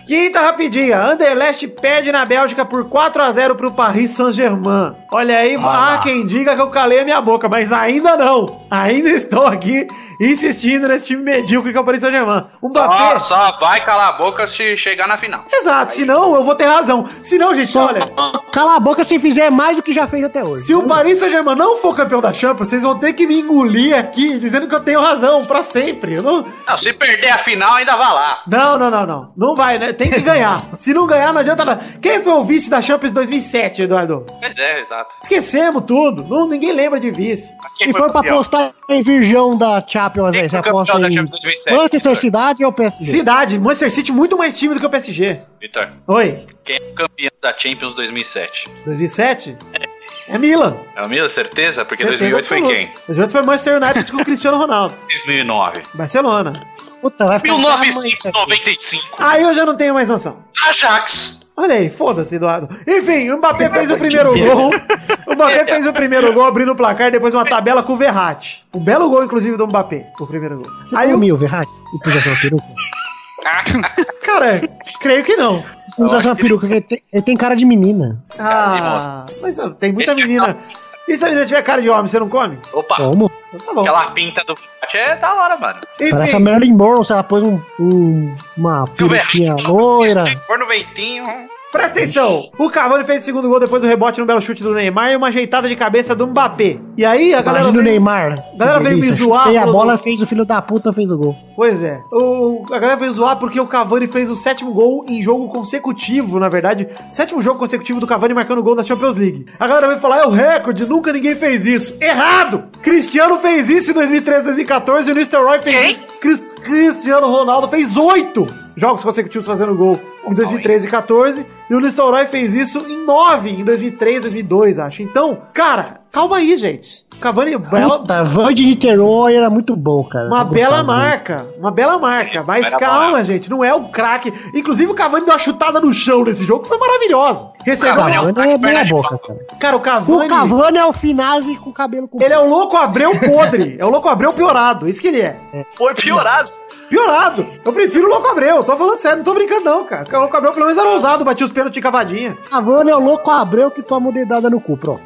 Quinta rapidinha, Anderlecht perde na Bélgica por 4 a 0 pro Paris Saint-Germain. Olha aí, Ah. há quem diga que eu calei a minha boca, mas ainda não. Ainda estou aqui insistindo nesse time medíocre que é o Paris Saint-Germain. Um Só, só vai calar a boca se chegar na final. Exato, senão eu vou ter razão. Senão, gente, olha, Cala a boca se fizer mais do que já fez até hoje. Se o Paris Saint-Germain não for campeão da Champions, vocês vão ter que me engolir aqui dizendo que eu tenho razão pra sempre. Eu não... Não, se perder a final, ainda vai lá. não, não, não, não. Não vai, né? Tem que ganhar. Se não ganhar, não adianta nada. Quem foi o vice da Champions 2007, Eduardo? Pois é, exato. Esquecemos tudo. Não, ninguém lembra de vice. Se for pra campeão? apostar em Virgão da Champions, Quem aí, você foi campeão aposta da em Champions 2007? Manchester City ou PSG? Cidade, Manchester City muito mais time do que o PSG. Vitor, Oi, quem é campeão da Champions 2007? 2007? É Milan. É o Milan, certeza? Porque Certeza 2008 foi absoluta. quem? 2008 foi Manchester United com o Cristiano Ronaldo. 2009. Barcelona. Puta, vai ficar tamanho, cara. 1995. Aí eu já não tenho mais noção. Ajax. Olha aí, foda-se, Eduardo. Enfim, o Mbappé fez o primeiro gol. O Mbappé fez o primeiro gol, abrindo o placar, depois uma tabela com o Verratti. Um belo gol, inclusive, do Mbappé, o primeiro gol. Você Aí aí o... comia o Verratti e pus essa peruca? Cara, creio que não. Tá Usa essa peruca, que ele tem, ele tem cara de menina. Ah, mas ah, tem muita menina. E se a menina tiver cara de homem, você não come? Opa, Como? Então tá bom. aquela pinta do Fugatti é da hora, mano. Parece a Enfim, Marilyn Monroe, se ela pôs um, um- uma peruquinha loira. Pôr no ventinho. presta atenção. O Cavani fez o segundo gol depois do rebote no belo chute do Neymar e uma ajeitada de cabeça do Mbappé. E aí a galera. Imagina o veio- Neymar. galera veio me zoar, Tem a falou bola, do- fez o filho da puta, fez o gol. Pois é. O, a galera veio zoar porque o Cavani fez o sétimo gol em jogo consecutivo, na verdade. Sétimo jogo consecutivo do Cavani marcando gol na Champions League. A galera veio falar, é o recorde, nunca ninguém fez isso. Errado! Cristiano fez isso em 2013, 2014 e o Nistelrooy fez Quem? isso. Cris- Cristiano Ronaldo fez oito jogos consecutivos fazendo gol em 2013 e 14. E o Nistelrooy fez isso em nove, em 2003, 2002, acho. Então, cara, calma aí, gente. Cavani, é bela, Puta, Van de Niterói era muito bom, cara. uma Eu bela gostava dele. marca, uma bela marca, mas Era calma, bom, gente, não é o craque. Inclusive o Cavani deu uma chutada no chão nesse jogo, que foi maravilhosa. Recebeu, Cavani cara, é Cavani um craque é meia perna de boca, pau. cara. o Cavani, O Cavani é o Finazzi com cabelo com ele é o louco Abreu podre, é o louco Abreu piorado, isso que ele é. Foi piorado. Piorado. Eu prefiro o louco Abreu, tô falando sério, não tô brincando não, cara. Porque O louco Abreu pelo menos era ousado, batia os pênaltis de cavadinha. Cavani é o louco Abreu que toma dedada no cu, pronto.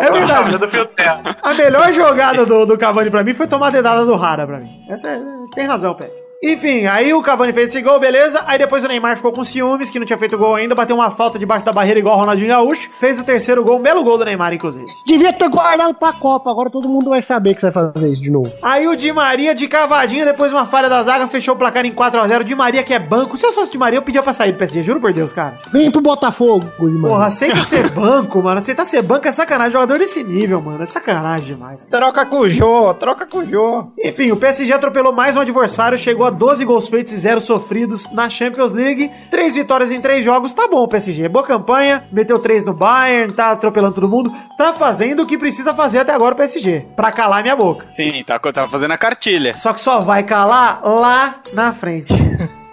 É verdade. Do fio terra. A melhor jogada do, do Cavani pra mim foi tomar a dedada do Rara pra mim. Essa é, tem razão, Pepe. Enfim, aí o Cavani fez esse gol, beleza. Aí depois o Neymar ficou com ciúmes, que não tinha feito gol ainda, bateu uma falta debaixo da barreira igual o Ronaldinho Gaúcho. Fez o terceiro gol, um belo gol do Neymar, inclusive. Devia ter guardado pra Copa, agora todo mundo vai saber que você vai fazer isso de novo. Aí o Di Maria de cavadinha, depois de uma falha da zaga, fechou o placar em 4x0. Di Maria, que é banco. Se eu fosse Di Maria, eu pedia pra sair do PSG, juro por Deus, cara. Vem pro Botafogo, mano. Porra, aceita ser banco, mano. Aceita ser banco é sacanagem. Jogador desse nível, mano. É sacanagem demais. Troca com o Jô, troca com o Jô. Enfim, o PSG atropelou mais um adversário, chegou a 12 gols feitos e 0 sofridos na Champions League. Três vitórias em três jogos, tá bom o PSG. Boa campanha, meteu três no Bayern, tá atropelando todo mundo. Tá fazendo o que precisa fazer até agora o PSG, pra calar minha boca. Sim, tá, tá fazendo a cartilha. Só que só vai calar lá na [laughs] frente.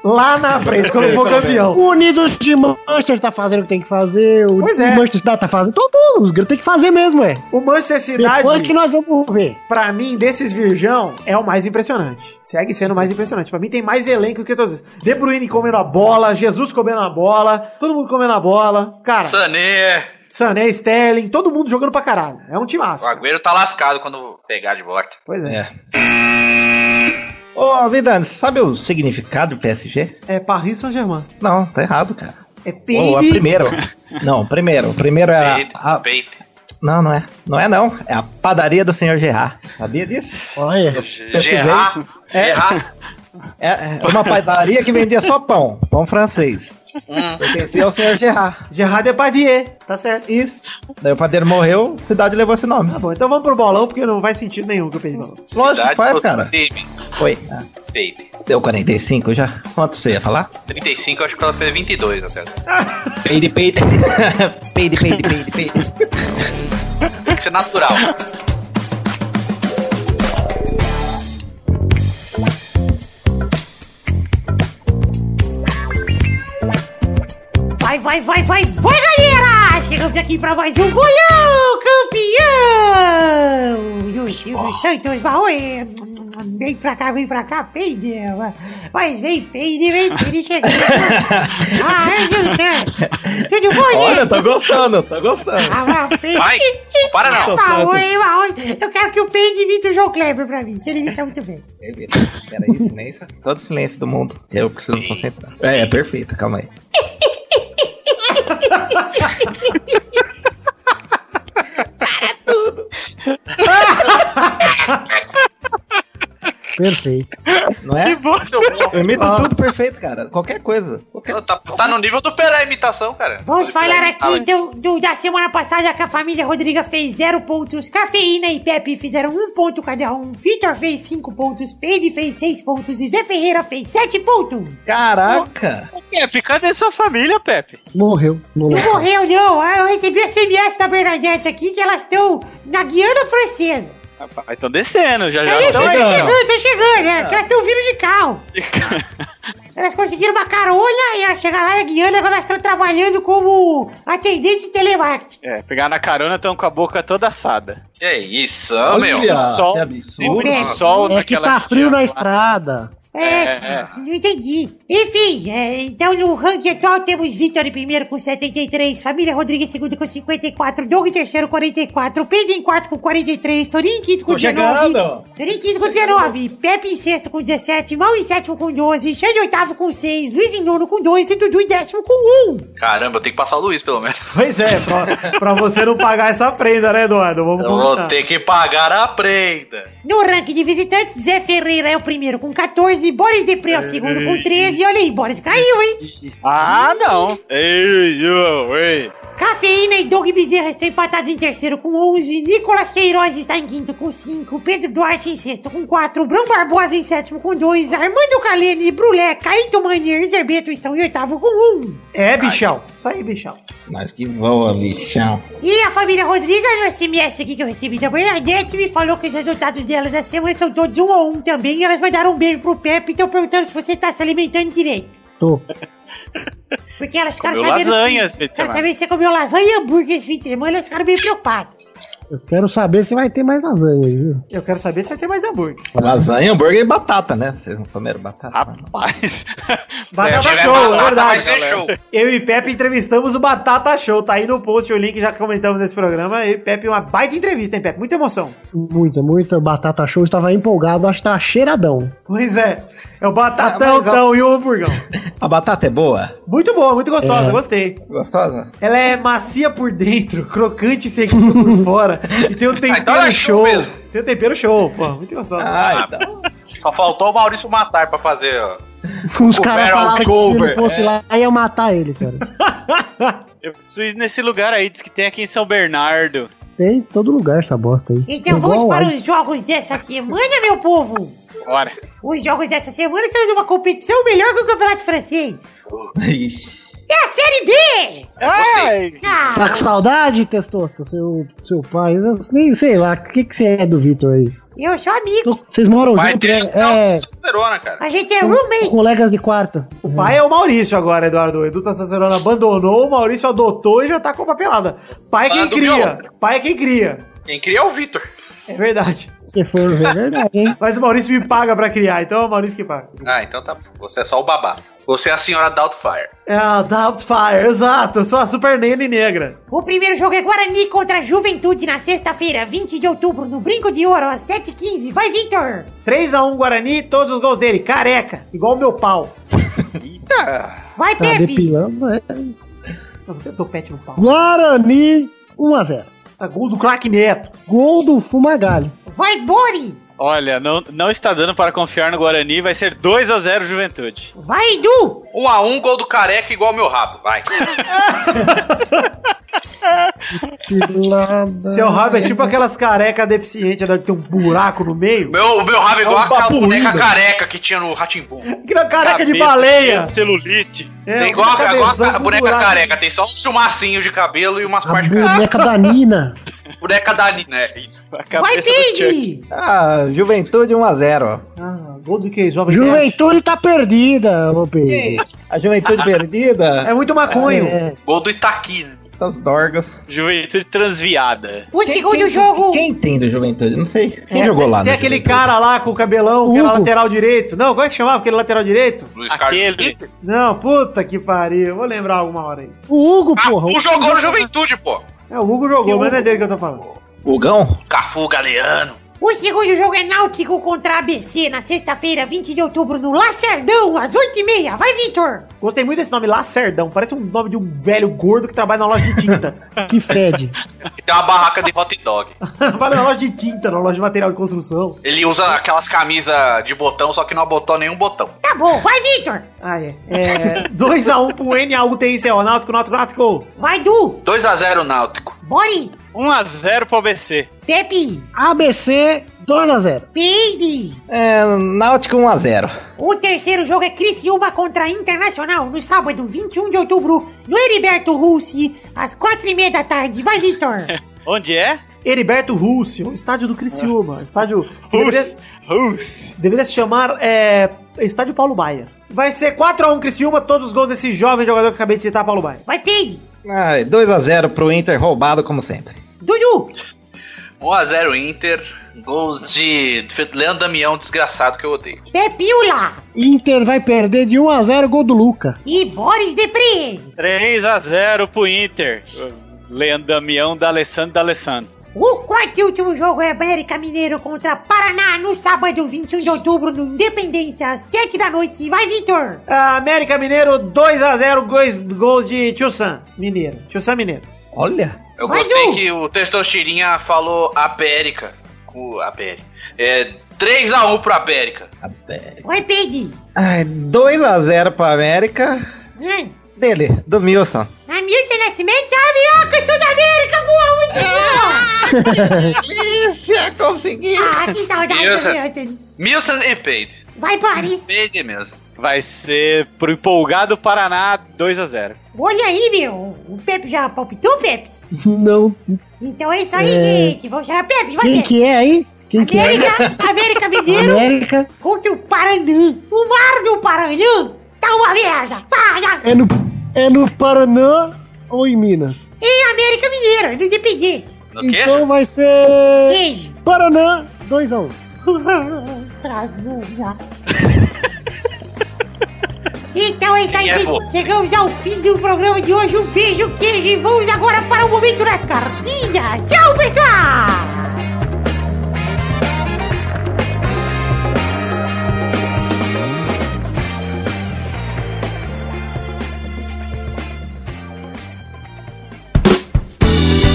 Lá na frente, quando for campeão. O Unidos de Manchester tá fazendo o que tem que fazer, o Pois é. o Manchester City tá fazendo. Todo mundo, os grandes tem que fazer mesmo, é. O Manchester Depois que City, nós vamos ver. pra mim, desses virgão, é o mais impressionante. Segue sendo o mais impressionante. Pra mim tem mais elenco que todos esses. De Bruyne comendo a bola, Jesus comendo a bola, todo mundo comendo a bola. Cara, Sané. Sané, Sterling, todo mundo jogando pra caralho. É um timaço. O Agüero tá lascado quando pegar de volta. Pois é. Ô, Vidani, sabe o significado do PSG? É, Paris Saint-Germain. Não, tá errado, cara. É Ô, a Pig. primeiro. Não, o primeiro. O primeiro era. Peito, a- peito. não, não é. Não é, não. É a padaria do senhor Gerard. Sabia disso? Olha, pesquisei. Gerard. É. Gerard. É, é uma padaria que vendia só pão. Pão francês. Hum. Pertencia ao senhor Gerard. Gerard Depardieu. Tá certo. Isso. Daí o padeiro morreu, a cidade levou esse nome. Tá bom, então vamos pro bolão, porque não faz sentido nenhum que eu pedi bolão. Lógico que Cidade faz, do cara. David, Foi. Baby. Deu 45 já. Quanto você ia falar? 35, acho que ela fez 22 até. Tem Peide, peide. [laughs] peide, peide, peide, peide. que ser natural. Vai, vai, vai, vai, vai, galera! Chegamos aqui pra mais um bolão campeão! E o Silvio Santos Baoê! Vem pra cá, vem pra cá, peide! Mas vem, peide, vem, peide, chega! Ah, é Silvio Santos! Tudo bom, Olha, né? tá gostando, tá gostando. Ah, vai, peide! Vai, não para É, não. Baoê, Baoê! Eu quero que o peide imite o João Kleber pra mim, que ele imita muito bem. É Peraí, silêncio. Todo o silêncio do mundo. Eu preciso me concentrar. É, é perfeito, calma aí. perfeito. Não é? Eu imito tudo perfeito, cara. Qualquer coisa. Qualquer... Tá, tá no nível do Pelé a imitação, cara. Vamos Pelé falar imitava aqui do, do- da semana passada que a família Rodriga fez zero pontos, Cafeína e Pepe fizeram um ponto cada um, Vitor fez cinco pontos, Pedro fez seis pontos e Zé Ferreira fez sete pontos. Caraca! Pepe, cadê sua família, Pepe? Morreu. Não Não morreu, não. Ah, Eu recebi a SMS da Bernadette aqui que elas estão na Guiana Francesa. Rapaz, estão descendo, já já É isso, tão tá indo. chegando, tá chegando. é, que elas estão vindo de carro. Elas conseguiram uma carona e elas chegaram lá na Guiana, agora elas estão trabalhando como atendente de telemarketing. É, pegar na carona, estão com a boca toda assada. Que isso, meu. Olha, Sol. Ah, que Sempre absurdo. no sol É que naquela tá frio na lá. estrada. É, É. não entendi. Enfim, é, então no ranking atual temos Vitor em primeiro com 73, Família Rodrigues em segundo com 54, Doug em terceiro com 44, Pedro em quarto com 43, Torinho em quinto com Tô 19. chegando. Torinho em quinto com 19, Pepe em sexto com 17, Mal em sétimo com 12, Xande em oitavo com 6, Luiz em nono com 2 e Dudu em décimo com 1. Caramba, eu tenho que passar o Luiz, pelo menos. Pois é, pra, pra você não pagar essa prenda, né, Eduardo? Vamos Eu vou combinar. ter que pagar a prenda. No ranking de visitantes, Zé Ferreira é o primeiro com 14, Boris Depré é o segundo com 13. Olha aí, Boris caiu, hein? Ah, não. Ei, eu, ei. Cafeína e Doug Bezerra estão empatados em terceiro com 11, Nicolas Queiroz está em quinto com 5, Pedro Duarte em sexto com 4, Brão Barbosa em sétimo com 2, Armando Calene, Brulé, Caíto Manier e Zerbeto estão em oitavo com 1. É, bichão. Isso aí, bichão. Mas que voa, bichão. E a família Rodriga, no SMS aqui que eu recebi da Bernadette, me falou que os resultados delas da semana são todos um a um também. E elas mandaram um beijo pro Pepe e estão perguntando se você tá se alimentando direito. Tô. Porque elas ficaram Comeu sabendo. lasanha esse que, fim de Quero semana. saber se você comeu lasanha e hambúrguer esse fim de semana, elas ficaram meio preocupadas. Eu quero saber se vai ter mais lasanha aí, viu? Eu quero saber se vai ter mais hambúrguer. Lasanha, hambúrguer e batata, né? Vocês não comeram batata? não. Rapaz. [laughs] Batata Se tiver Show, batata, é Vai verdade. ser show. Eu e Pepe entrevistamos o Batata Show. Tá aí no post o link, já comentamos nesse programa. Eu e Pepe, uma baita entrevista, hein, Pepe? Muita emoção. Muita, muita batata show. Estava empolgado, acho que tá cheiradão. Pois é. É o Batatão Ah, mas a- tão, e o Hamburgão. A batata é boa? Muito boa, muito gostosa, gostei. Gostosa? Ela é macia por dentro, crocante e sequinho por [laughs] fora. E tem um tempero então é show show. mesmo. tem um tempero show, pô. Muito gostosa. Ah, então. Só faltou o Maurício Matar pra fazer, ó. Os O caras Baron falaram que se ele Goldberg, é. fosse lá, ia matar ele, cara. Eu preciso ir nesse lugar aí, diz que tem aqui em São Bernardo. Tem em todo lugar essa bosta aí. Então É vamos igual para a- os jogos dessa semana, meu povo! Bora. Os jogos dessa semana são de uma competição melhor que o Campeonato Francês. Ixi. É a Série B! É, Ai, Ah, Tá com saudade, Testosta, seu, seu pai? Eu Nem sei lá, o que, que você é do Vitor aí? eu sou amigo. Tô- Vocês moram Vai junto, ter é, é, testosterona, né, cara. A gente é são roommate. colegas de quarto. O pai é o Maurício agora, Eduardo. O Edu Tassacerona abandonou, o Maurício adotou e já tá com a papelada. Pai é Lá quem Ah, do cria. biólogo. Pai é quem cria. Quem cria é o Vitor. É verdade. Se for ver, é verdade, hein? Mas o Maurício me paga pra criar, então é o Maurício que paga. Ah, então tá bom. Você é só o babá. Você é a senhora Doubtfire. É a Doubtfire, exato. Eu sou a Super Nene Negra. O primeiro jogo é Guarani contra Juventude na sexta-feira, 20 de outubro, no Brinco de Ouro, às 7h15. Vai, Vitor! 3x1 Guarani, todos os gols dele. Careca, igual o meu pau. Vai, Tá Pepe! depilando, é. Eu vou ter é topete no pau. Guarani, 1x0. Tá, Gol do craque Neto. Gol do Fumagalli. Vai, Boris! Olha, não, não está dando para confiar no Guarani, vai ser 2 a 0 Juventude. Vai, Edu! Um a um, gol do careca igual meu rabo. Vai. Pilada. Seu rabo é tipo aquelas carecas deficientes, né, que tem um buraco no meio. Meu, meu rabo é igual É um aquela papo boneca ruim, careca que tinha no Ratimbum. Que nem careca de Cabeça baleia. de Celulite. É, igual a, cabeção igual a ca- com boneca buraco. careca. Tem só uns chumacinhos de cabelo e umas A partes carecas. boneca da [laughs] Nina. Boneca da Nina. É isso. A Vai, cabeça do Chuck. Pig! Ah, juventude 1x0. Ah, gol do que? Jovem Nerd. Juventude tá perdida, ô Pedro. A [laughs] juventude perdida. É muito maconho. É, Gol do Itaqui. né? Das dorgas. Juventude transviada. O segundo jogo. Quem tem do juventude? Não sei. Quem É, jogou tem- lá Tem no aquele Juventude? cara lá com o cabelão, que era Hugo. lateral direito. Não, como é que chamava aquele lateral direito? Luiz Carlos Aquele. Pinto. Não, puta que pariu. Vou lembrar alguma hora aí. o Hugo, Ah, porra. um jogou no Juventude, pô. É, o Hugo jogou, Que mas Hugo? não é dele que eu tô falando. Hugão? Cafu Galeano. O segundo jogo é Náutico contra ABC na sexta-feira, 20 de outubro, no Lacerdão, às 8h30. Vai, Vitor! Gostei muito desse nome, Lacerdão. Parece um nome de um velho gordo que trabalha na loja de [laughs] tinta. [laughs] Que fede. E tem uma barraca de hot dog. trabalha na loja de tinta, na loja de material de construção. Ele usa aquelas camisas de botão, só que não abotou nenhum botão. Tá bom, vai, Vitor! Ah, é. [laughs] É. 2x1 pro NAUTICO. Náutico, Náutico, Náutico. Vai, Du! 2 a 0 Náutico. Boris! 1 a 0 pro ABC. Pepe! ABC, 2x0. Peide! É, Náutico 1x0. O terceiro jogo é Criciúma contra Internacional, no sábado, 21 de outubro, no Heriberto Russi, às 4h30 da tarde. Vai, Vitor! Onde é? Heriberto Rússio, um estádio do Ah. Criciúma. Estádio. que deveria- Rus. Rus. Deveria se chamar é, Estádio Paulo Baia. Vai ser 4x1 Criciúma, todos os gols desse jovem jogador que eu acabei de citar, Paulo Baia. Vai, Peide! Ai, 2x0 pro Inter roubado como sempre. Dudu! 1x0 Inter. Gols de Leandro Damião, desgraçado que eu odeio. Pepila Inter vai perder de 1 a 0 gol do Luca. e Boris Depre. 3x0 pro Inter. Leandro Damião, D'Alessandro, D'Alessandro. O quarto e último jogo é América Mineiro contra Paraná no sábado 21 de outubro no Independência, às 7 da noite. Vai, Vitor! Ah, América Mineiro 2x0, gols, gols de Tio Sam Mineiro. Tio Sam Mineiro. Olha. Eu Mas gostei eu- que o Testosterinha falou América. O América. É 3x1 pro América. América. Vai, Pedro! Ai, 2x0 pra América. Hum. Dele, do Milson. Hamilton Nascimento, ah, minhoca, sou da América, voa muito bom! Delícia, conseguiu. Ah, que saudade Isso. do Hamilton! Milson e Peide. Vai, Boris! Peide mesmo. Vai ser pro empolgado Paraná, 2x0. Olha aí, meu! O Pepe já palpitou, Pepe? Não. Então é isso aí, É. gente! Vamos chamar Pepe, vai, Quem Pepe! que é aí? Quem que é? América, América Mineiro América. contra o Paranã! O mar do Paranã tá uma merda! Para! É no, é no Paraná ou em Minas? Em É América Mineiro, no Independência! No quê? Então vai ser Beijo! [laughs] Paraná 2x1. Traduza. Então é isso aí, Quem é gente. você? chegamos ao fim do programa de hoje. Um beijo, queijo e vamos agora para o momento das cartinhas. Tchau, pessoal!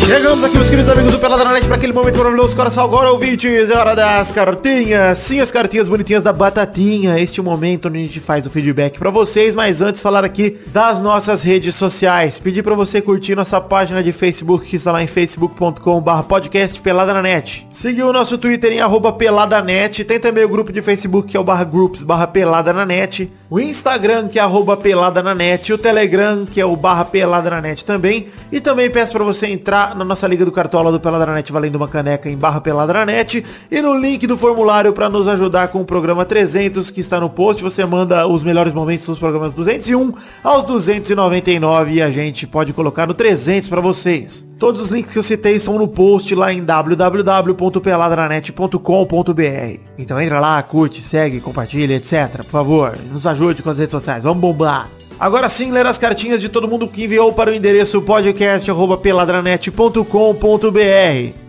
Chegamos aqui, meus queridos amigos do Peladranet, para aquele momento maravilhoso. Coração agora, ouvintes, é hora das cartinhas. Sim, as cartinhas bonitinhas da Batatinha. Este momento onde a gente faz o feedback para vocês, mas antes falar aqui das nossas redes sociais. Pedir para você curtir nossa página de Facebook, que está lá em facebook.com.br podcast Peladranet. Seguir o nosso Twitter em arroba Peladanet. Tem também o grupo de Facebook, que é o barra groups, barra Pelada na Net. O Instagram, que é arroba Pelada na Net. O Telegram, que é o barra Pelada na Net também. E também peço pra você entrar na nossa Liga do Cartola do Peladranet valendo uma caneca em barra Peladranet e no link do formulário pra nos ajudar com o programa 300 que está no post. Você manda os melhores momentos dos programas 201 aos 299 e a gente pode colocar no 300 pra vocês. Todos os links que eu citei estão no post lá em www.peladranet.com.br. Então entra lá, curte, segue, compartilha, etc. Por favor, nos ajude com as redes sociais. Vamos bombar. Agora sim, ler as cartinhas de todo mundo que enviou para o endereço podcast.peladranet.com.br.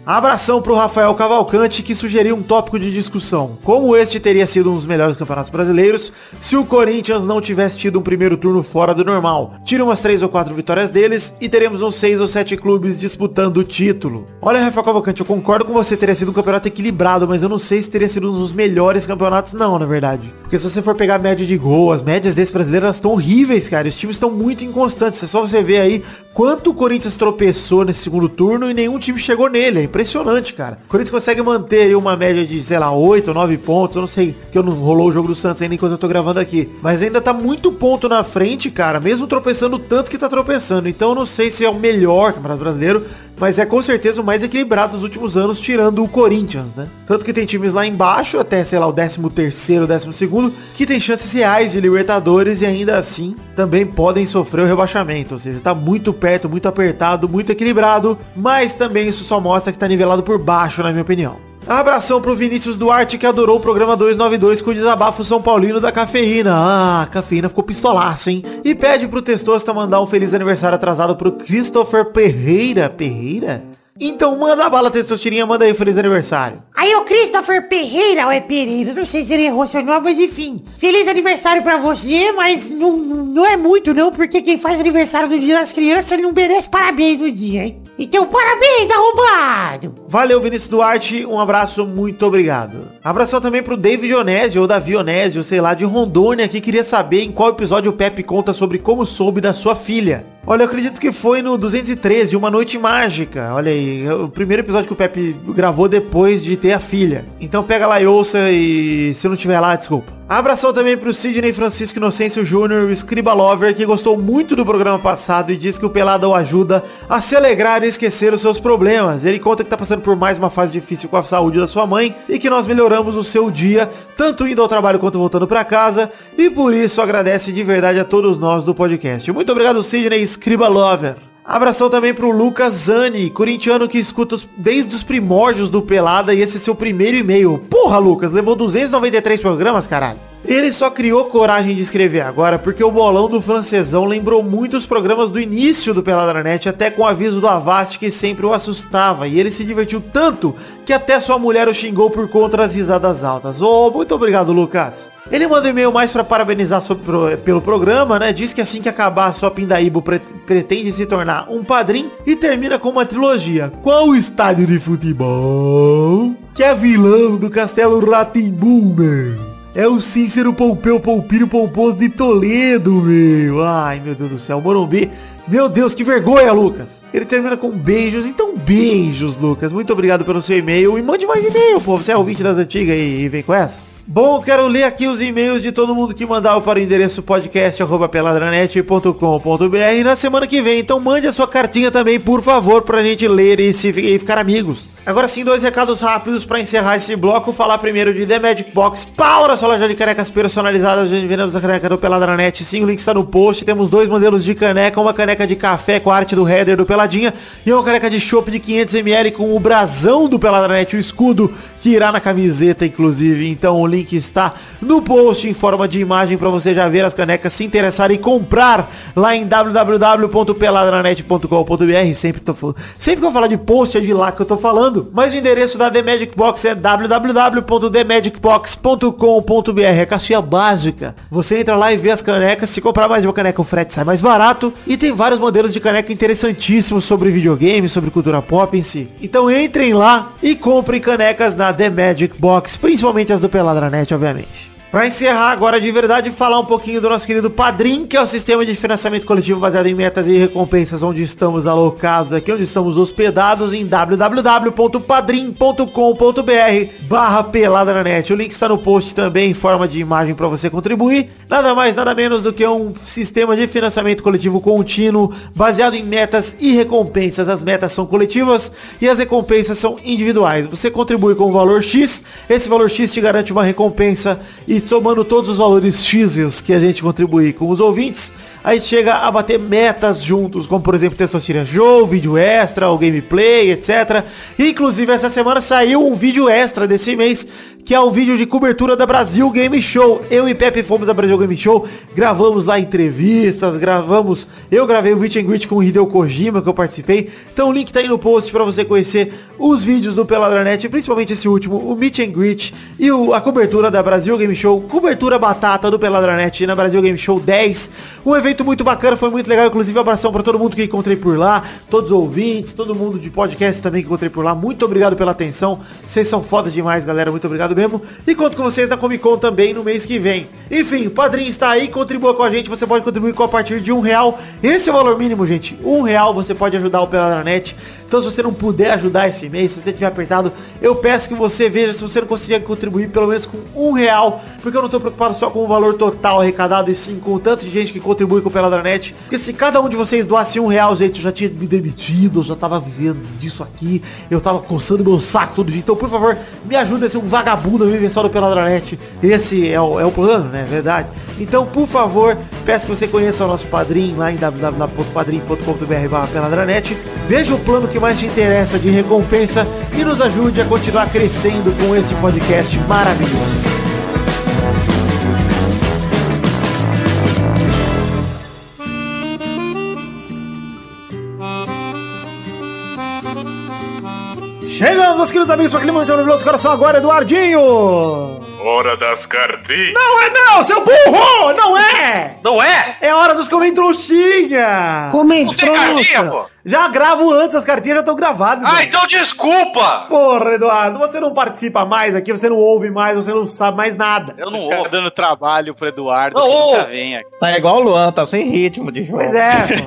Abração pro Rafael Cavalcante que sugeriu um tópico de discussão. Como este teria sido um dos melhores campeonatos brasileiros se o Corinthians não tivesse tido um primeiro turno fora do normal? Tira umas 3 ou 4 vitórias deles e teremos uns 6 ou 7 clubes disputando o título. Olha, Rafael Cavalcante, eu concordo com você, teria sido um campeonato equilibrado, mas eu não sei se teria sido um dos melhores campeonatos, não, na verdade. Porque se você for pegar a média de gol, as médias desse brasileiro, elas estão horríveis, cara. Os times estão muito inconstantes. É só você ver aí quanto o Corinthians tropeçou nesse segundo turno e nenhum time chegou nele. É impressionante, cara. O Corinthians consegue manter aí uma média de, sei lá, 8 ou 9 pontos. Eu não sei, que eu não rolou o jogo do Santos ainda enquanto eu tô gravando aqui. Mas ainda tá muito ponto na frente, cara. Mesmo tropeçando o tanto que tá tropeçando. Então eu não sei se é o melhor campeonato brasileiro. Mas é com certeza o mais equilibrado dos últimos anos, tirando o Corinthians, né? Tanto que tem times lá embaixo, até, sei lá, o 13º, 12º, que tem chances reais de Libertadores e ainda assim também podem sofrer o rebaixamento. Ou seja, tá muito perto, muito apertado, muito equilibrado, mas também isso só mostra que tá nivelado por baixo, na minha opinião. Abração pro Vinícius Duarte que adorou o programa 292 com o desabafo São Paulino da cafeína. Ah, a cafeína ficou pistolaça, hein? E pede pro Testosta mandar um feliz aniversário atrasado pro Christopher Pereira. Pereira? Então manda a bala, Testostirinha, manda aí o feliz aniversário. Aí o Christopher Pereira, ou é Pereira, não sei se ele errou seu nome, mas enfim. Feliz aniversário pra você, mas não, não é muito não, porque quem faz aniversário no dia das crianças não merece parabéns no dia, hein? Então parabéns, arrombado! Valeu, Vinícius Duarte. Um abraço, muito obrigado. Abração também pro David Onésio, ou Davi Onésio, sei lá, de Rondônia, que queria saber em qual episódio o Pepe conta sobre como soube da sua filha. Olha, eu acredito que foi no 213, Uma Noite Mágica. Olha aí, é o primeiro episódio que o Pepe gravou depois de ter a filha. Então pega lá e ouça e se não tiver lá, desculpa. Abração também pro Sidney Francisco Inocêncio Júnior, o Scriba Lover, que gostou muito do programa passado e diz que o Pelada o ajuda a se alegrar e esquecer os seus problemas. Ele conta que tá passando por mais uma fase difícil com a saúde da sua mãe e que nós melhoramos o seu dia, tanto indo ao trabalho quanto voltando pra casa, e por isso agradece de verdade a todos nós do podcast. Muito obrigado, Sidney Scriba Lover. Abração também pro Lucas Zani, corintiano que escuta os- desde os primórdios do Pelada e esse é seu primeiro e-mail. Porra, Lucas, levou 293 programas, caralho. Ele só criou coragem de escrever agora porque o bolão do francesão lembrou muito os programas do início do Pelada na Net, até com o aviso do Avast que sempre o assustava. E ele se divertiu tanto que até sua mulher o xingou por conta das risadas altas. Ô, muito obrigado, Lucas. Ele manda um e-mail mais pra parabenizar sobre pro- pelo programa, né? Diz que assim que acabar a sua Pindaíbo pre- pretende se tornar um padrinho e termina com uma trilogia. Qual estádio de futebol que é vilão do Castelo Ratimbu, meu? É o Cícero Pompeu Pompírio Pomposo de Toledo, meu. Ai, meu Deus do céu. Morumbi. Meu Deus, que vergonha, Lucas. Ele termina com beijos. Então, beijos, Lucas. Muito obrigado pelo seu e-mail. E mande mais e-mail, pô. Você é ouvinte das antigas e, e vem com essa. Bom, quero ler aqui os e-mails de todo mundo que mandava para o endereço podcast.peladranet.com.br na semana que vem. Então mande a sua cartinha também, por favor, pra gente ler e, se, e ficar amigos. Agora sim, dois recados rápidos pra encerrar esse bloco. Falar primeiro de The Magic Box, Paura, sua loja de canecas personalizadas, onde vendemos a caneca do Peladranet. Sim, o link está no post. Temos dois modelos de caneca, uma caneca de café com a arte do header do Peladinha e uma caneca de chopp de 500ml com o brasão do Peladranet, o escudo que irá na camiseta, inclusive. Então o link está no post em forma de imagem para você já ver as canecas, se interessar e comprar lá em www.peladranet.com.br. Sempre, tô fal- sempre que eu falar de post é de lá que eu tô falando. Mas o endereço da The Magic Box é www.themagicbox.com.br. É caixinha básica. Você entra lá e vê as canecas. Se comprar mais uma caneca, o frete sai mais barato. E tem vários modelos de caneca interessantíssimos sobre videogame, sobre cultura pop em si. Então entrem lá e comprem canecas na The Magic Box, principalmente as do Peladranet, obviamente. Pra encerrar agora de verdade, falar um pouquinho do nosso querido Padrim, que é o sistema de financiamento coletivo baseado em metas e recompensas, onde estamos alocados aqui, onde estamos hospedados em www.padrim.com.br barra pelada na net. O link está no post também, em forma de imagem para você contribuir. Nada mais, nada menos do que um sistema de financiamento coletivo contínuo, baseado em metas e recompensas. As metas são coletivas e as recompensas são individuais. Você contribui com o valor X, esse valor X te garante uma recompensa e somando todos os valores X que a gente contribuir com os ouvintes, a gente chega a bater metas juntos, como por exemplo Testosterona Show, vídeo extra, o gameplay, etc. Inclusive essa semana saiu um vídeo extra desse mês, que é o vídeo de cobertura da Brasil Game Show. Eu e Pepe fomos à Brasil Game Show, gravamos lá entrevistas, gravamos, eu gravei o Meet and Greet com o Hideo Kojima que eu participei. Então o link tá aí no post pra você conhecer os vídeos do Peladranet, principalmente esse último, o Meet and Greet e o- a cobertura da Brasil Game Show, cobertura batata do Peladranet na Brasil Game Show 10. Um evento muito bacana, foi muito legal, inclusive um abração pra todo mundo que encontrei por lá, todos os ouvintes, todo mundo de podcast também que encontrei por lá. Muito obrigado pela atenção. Vocês são fodas demais, galera. Muito obrigado mesmo. E conto com vocês na Comic Con também no mês que vem. Enfim, o padrinho está aí, contribua com a gente. Você pode contribuir com a partir de um real. Esse é o valor mínimo, gente. Um real você pode ajudar o Peladranet. Então se você não puder ajudar esse mês, se você tiver apertado, eu peço que você veja se você não conseguir contribuir pelo menos com um real. Porque eu não tô preocupado só com o valor total arrecadado e sim com o tanto de gente que contribui com o Peladranet. Porque se cada um de vocês doasse um real, gente, eu já tinha me demitido, eu já tava vivendo disso aqui, eu tava coçando meu saco todo dia. Então, por favor, me ajuda a ser um vagabundo a viver só do Peladranet. Esse é o, é o plano, né? Verdade. Então, por favor, peço que você conheça o nosso padrinho lá em www.padrim.com.br peladranet. Veja o plano que mais te interessa de recompensa e nos ajude a continuar crescendo com esse podcast maravilhoso. Chegamos, meus queridos amigos, para aquele momento no nosso coração agora, Eduardinho! Hora das cartinhas. Não é não, seu burro! Não é! Não é? É hora dos comentrouxinha! Não Comente, tem cartinha, pô. Já gravo antes, as cartinhas já estão gravadas. né? Ah, então desculpa. Porra, Eduardo, você não participa mais aqui, você não ouve mais, você não sabe mais nada. Eu não Ficar ouvo. Tá dando trabalho pro Eduardo. Não, que ô! já vem aqui. Tá igual o Luan, tá sem ritmo de jogo. tá Pois é. [laughs] pô.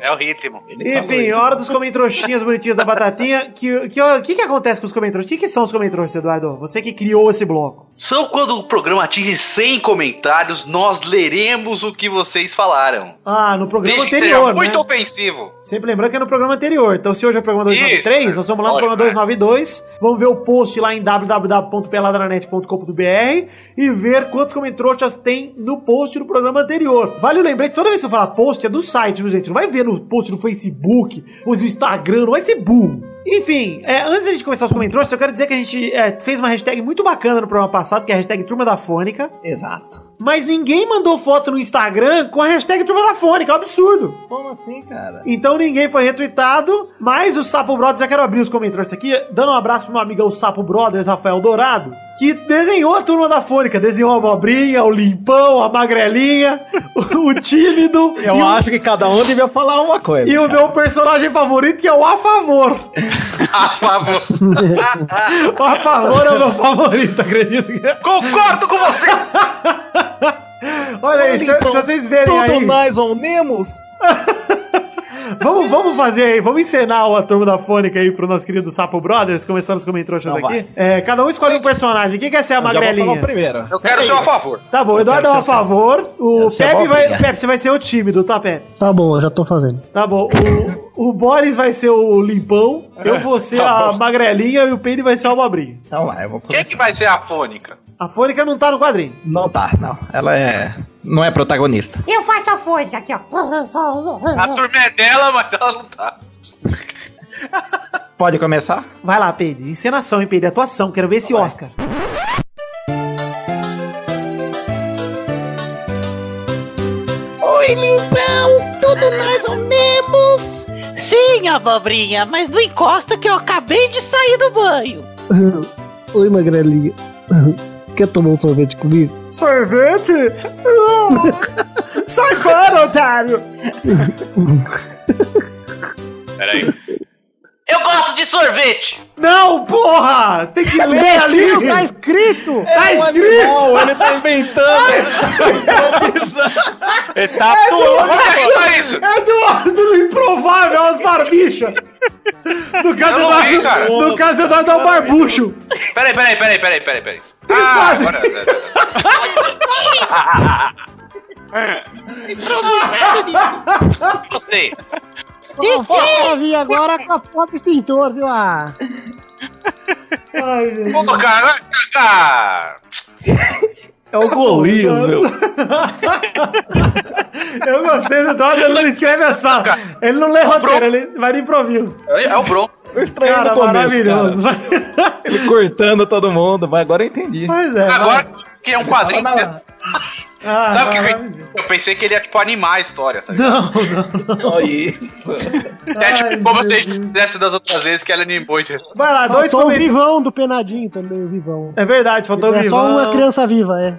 É o ritmo. Enfim, hora dos comentroxinhas bonitinhas da batatinha. Que que, que, que acontece com os comentroxos? O que, que são os comentroxos, Eduardo? Você que criou esse bloco. São quando o programa atinge 100 comentários, nós leremos o que vocês falaram. Ah, no programa Desde que seja anterior, né? muito ofensivo. Sempre lembrando que é no programa anterior. Então, se hoje é o programa Isso, 293, é. nós vamos lá no Lógico, programa 292. Vamos ver o post lá em www.peladranet.com.br e ver quantos comentroxas tem no post do programa anterior. Vale o lembrete, toda vez que eu falar post é do site, viu, gente? Não vai ver no post do Facebook, ou do Instagram, não vai ser burro. Enfim, é, antes da gente começar os comentários, eu quero dizer que a gente é, fez uma hashtag muito bacana no programa passado, que é a hashtag Turma da Fônica. Exato. Mas ninguém mandou foto no Instagram com a hashtag Turma da Fônica, é um absurdo. Como assim, cara? Então ninguém foi retweetado, mas o Sapo Brothers, já quero abrir os comentários aqui, dando um abraço pro meu amigão Sapo Brothers, Rafael Dourado, que desenhou a turma da Fônica, desenhou a abobrinha, o limpão, a magrelinha, [laughs] o tímido Eu e, o, acho que cada um devia falar uma coisa. e o meu personagem favorito, que é o A Favor. A favor. [laughs] O A Favor é o meu favorito, acredito que é. Concordo com você! Olha aí, se, se vocês verem Tudo aí, nós unimos. vamos, vamos fazer aí, vamos encenar a turma da Fônica aí pro nosso querido Sapo Brothers, começando os comentários Então aqui. É, cada um escolhe um personagem, quem quer ser a Eu já vou falar o magrelinha? primeiro. Eu quero ser a favor. Tá bom, o Eduardo é a favor. O Quero ser Pepe bom, vai. obrigado. Pepe, você vai ser o tímido, tá, Pepe? Tá bom, eu já tô fazendo. Tá bom. O, o Boris vai ser o limpão, eu vou ser Tá a magrelinha e o Peide vai ser o abobrinho. Então vai, eu vou Quem começar. que vai ser a fônica? A Fônica não tá no quadrinho. Não tá, não. Ela é. Não é protagonista. Eu faço a fônica aqui, ó. Uhum. A turma é dela, mas ela não tá. Pode começar? Vai lá, Peide. Encenação, hein, Peide? Atuação. Quero ver esse Oscar. Oi, limpão! Tudo nós unimos! Sim, abobrinha, mas não encosta que eu acabei de sair do banho. Oi, magrelinha. [laughs] Quer tomar um sorvete comigo? Sorvete? [laughs] Sai fora, otário! Peraí. Eu gosto de sorvete! Não, porra! [laughs] Tem que ler Imbecil, tá ali! escrito! Tá escrito! ele tá inventando. [laughs] Ele tá Onde atuando. é que tá isso? Eduardo do Improvável, as barbichas! No caso, Eu não vi, cara. Eduardo, no caso Eduardo é o barbucho! Peraí, peraí, peraí, peraí, peraí, peraí. Tem Ah, quadro. agora. Gostei. Titi! agora com a pop extintor, viu? Ah, Ai, meu Pô, cara, cara. É o Golias, meu. [laughs] Eu gostei do Dog, ele não escreve as falas. Ele não lê roteiro, ele vai no improviso. É é o Bron. Eu estranhei Cara, no começo, cara. maravilhoso. Ele cortando todo mundo, mas agora eu entendi. [laughs] Pois é. Agora que é um quadrinho. Fala lá. Ah, Sabe o que maravilhoso. [laughs] que eu pensei que ele ia tipo animar a história, tá ligado? Não, não. Olha isso. É Ai, tipo como meu se a Deus. gente fizesse das outras vezes que ela animou, entendeu? Vai lá, dois faltou um o comentários. um vivão do Penadinho também, o vivão. É verdade, faltou Ah, o É só uma Vivão. criança viva, é.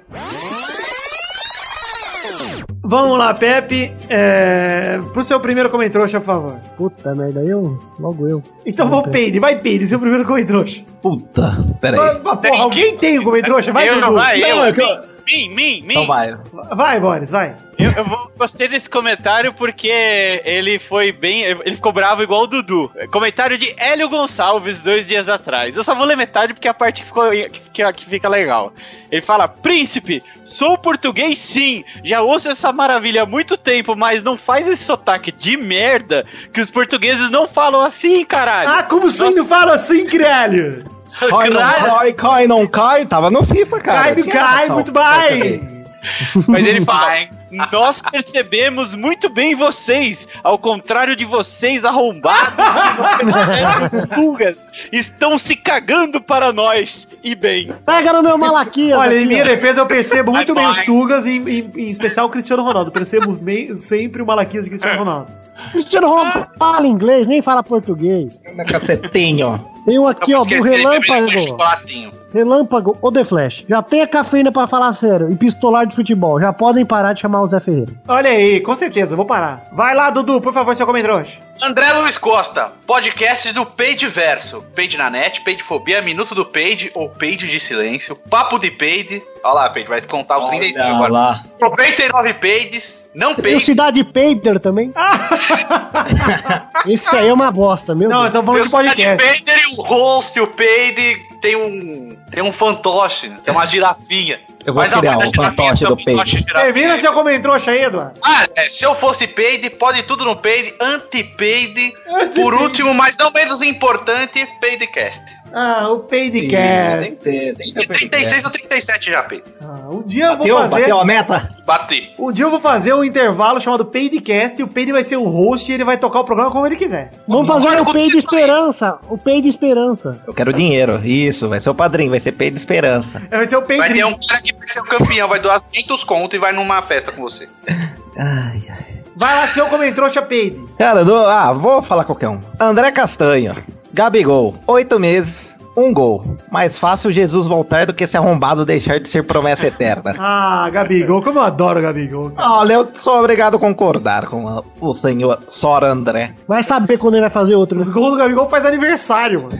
Vamos lá, Pepe. É... Pro seu primeiro comentrouxa, por favor. Puta merda, eu? Logo eu. Então vou Peide, vai Peide, seu primeiro comentrouxa. Puta, Ah, peraí. Porra, alguém tem o comentrouxa? Vai, eu Dudu. não, vai, Não, é que eu. eu- Mim, mim, mim. Então vai. Vai, Boris, vai. Eu, eu vou- gostei desse comentário porque ele foi bem. Ele ficou bravo igual o Dudu. Comentário de Hélio Gonçalves dois dias atrás. Eu só vou ler metade porque é a parte que, ficou, que, que- que fica legal. Ele fala: Príncipe, sou português sim. Já ouço essa maravilha há muito tempo, mas não faz esse sotaque de merda que os portugueses não falam assim, caralho. Ah, como sim, não fala assim, Crélio? Cai não Caralho. cai, cai não cai. Tava no FIFA, cara. Cai, não Tinha cai, noção. muito bem. Mas ele fala: Nós percebemos muito bem vocês, ao contrário de vocês arrombados que não percebem pulgas, estão se cagando para nós e bem. Pega [laughs] no meu malaquia. Olha, em aqui, minha ó. defesa, eu percebo muito Vai, bem os vai. Tugas, em, em- em especial o Cristiano Ronaldo. Percebo bem- sempre o Malaquias de É. Cristiano Ronaldo. Cristiano Ah! Ronaldo fala inglês, nem fala português. Meu Cacetinho. Tem um aqui, Eu ó, do esqueci, ele bebeu um Relâmpago. chocolatinho. Relâmpago ou The Flash. Já tem a cafeína pra falar sério. E pistolar de futebol. Já podem parar de chamar o Zé Ferreira. Olha aí, com certeza, vou parar. Vai lá, Dudu, por favor, seu comentário. André Luiz Costa, podcast do Page Verso. Page na net, Page Fobia, Minuto do Page ou Page de Silêncio, Papo de Page. Olha lá, Page, vai contar os 35 Olha agora. lá. 99 Pages, não Tem o Page. Cidade Painter [laughs] também. Esse aí é uma bosta, meu Não, Deus. então Tem vamos o de Cidade podcast. Painter e o host, o Page tem um. Tem um fantoche, tem uma né? girafinha. Eu vou criar um fantoche é do peito. né? Termina seu comentrouxa aí, Eduardo. Ah, é, se eu fosse peide, pode tudo no peide, anti-peide, por último, mas não menos importante, peidecast. Ah, o Tem que Peidecast. ter, tem que ter. 36 ou 37 já, peide. Ah, um dia eu vou Bateu, fazer. bateu a meta? Bati. Um dia eu vou fazer um intervalo chamado Peidecast e o Peide vai ser o host e ele vai tocar o programa como ele quiser. Vamos fazer o Pei de Esperança. O Pei de Esperança. Eu quero dinheiro. Isso, vai ser o padrinho, vai ser peito de esperança. Vai ser o Vai ter Peidinho. um cara que vai ser o campeão, vai doar 500 conto e vai numa festa com você. Ai, ai. Vai lá seu comentrouxa Peide. Cara, do, ah, vou falar qualquer um. André Castanho, Gabigol, oito meses, um gol. Mais fácil Jesus voltar do que esse arrombado deixar de ser promessa [laughs] eterna. Ah, Gabigol, como eu adoro o Gabigol. Olha, eu sou obrigado a concordar com a- o senhor Sora André. Vai saber quando ele vai fazer outro, né? Os gols do Gabigol faz aniversário, mano.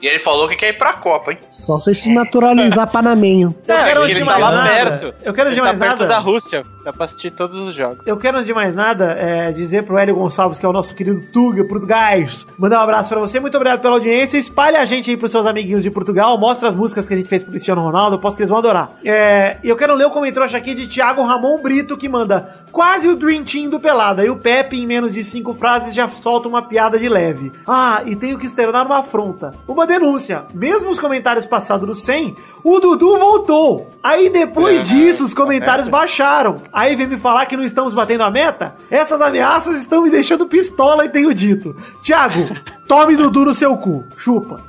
E ele falou que quer ir pra Copa, hein? Só sei se naturalizar panamenho. Eu É, quero antes ele de tá mais lá nada. perto. Eu quero antes de Ele tá mais perto nada. da Rússia, dá pra assistir todos os jogos. Eu quero, antes de mais nada, é, dizer pro Hélio Gonçalves, que é o nosso querido Tuga, português, mandar um abraço pra você, muito obrigado pela audiência, espalhe a gente aí pros seus amiguinhos de Portugal, mostra as músicas que a gente fez pro Cristiano Ronaldo, eu posso que eles vão adorar. É, e eu quero ler o comentário aqui de Thiago Ramon Brito, que manda quase o Dream Team do Pelada, e o Pepe, em menos de cinco frases, já solta uma piada de leve. Ah, e tenho que externar uma afronta, uma denúncia. Mesmo os comentários passados do 100, o Dudu voltou. Aí depois disso, os comentários baixaram. Aí vem me falar que não estamos batendo a meta? Essas ameaças estão me deixando pistola e tenho dito. Tiago, tome Dudu no seu cu. Chupa.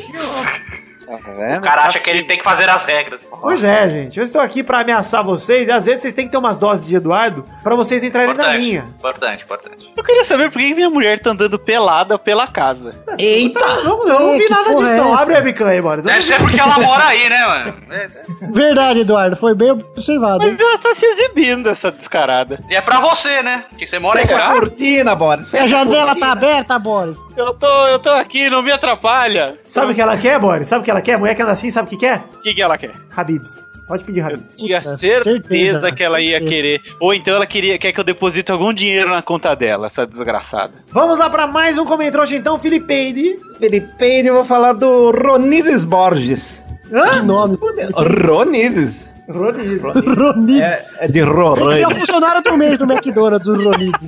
Tá O cara acha que ele tem que fazer as regras. Pois é, gente. Eu estou aqui pra ameaçar vocês e às vezes vocês têm que ter umas doses de Eduardo pra vocês entrarem na Importante, minha. importante, importante. Eu queria saber por que minha mulher tá andando pelada pela casa. Eita! Não, não, não Ei, vi que nada porra disso, é não. essa? Abre a bica aí, Boris. Eu não Deve ser [laughs] porque ela mora aí, né, mano? É, Verdade, Eduardo. Foi bem observado. hein? Mas ela tá se exibindo, essa descarada. E é pra você, né? Que você mora em Fecha a casa. cortina, Boris. A Fecha janela tá cortina. aberta, Boris. Eu tô, eu tô aqui, não me atrapalha. Sabe o que ela quer, Boris? Sabe o que ela quer? Mulher que anda assim, sabe o que quer? O que, que ela quer? Habibs. Pode pedir Eu Habibs. tinha Puta, certeza, certeza, que ela ia certeza. querer. Ou então ela queria, quer que eu deposite algum dinheiro na conta dela, essa desgraçada. Vamos lá pra mais um comentário, então, Filipeide. Felipe, eu vou falar do Ronizes Borges. Que nome. [laughs] Ronizes? Rodrigo. Ronito. É, é de Ele é um Roraima. funcionário do mês do McDonald's, o Ronito.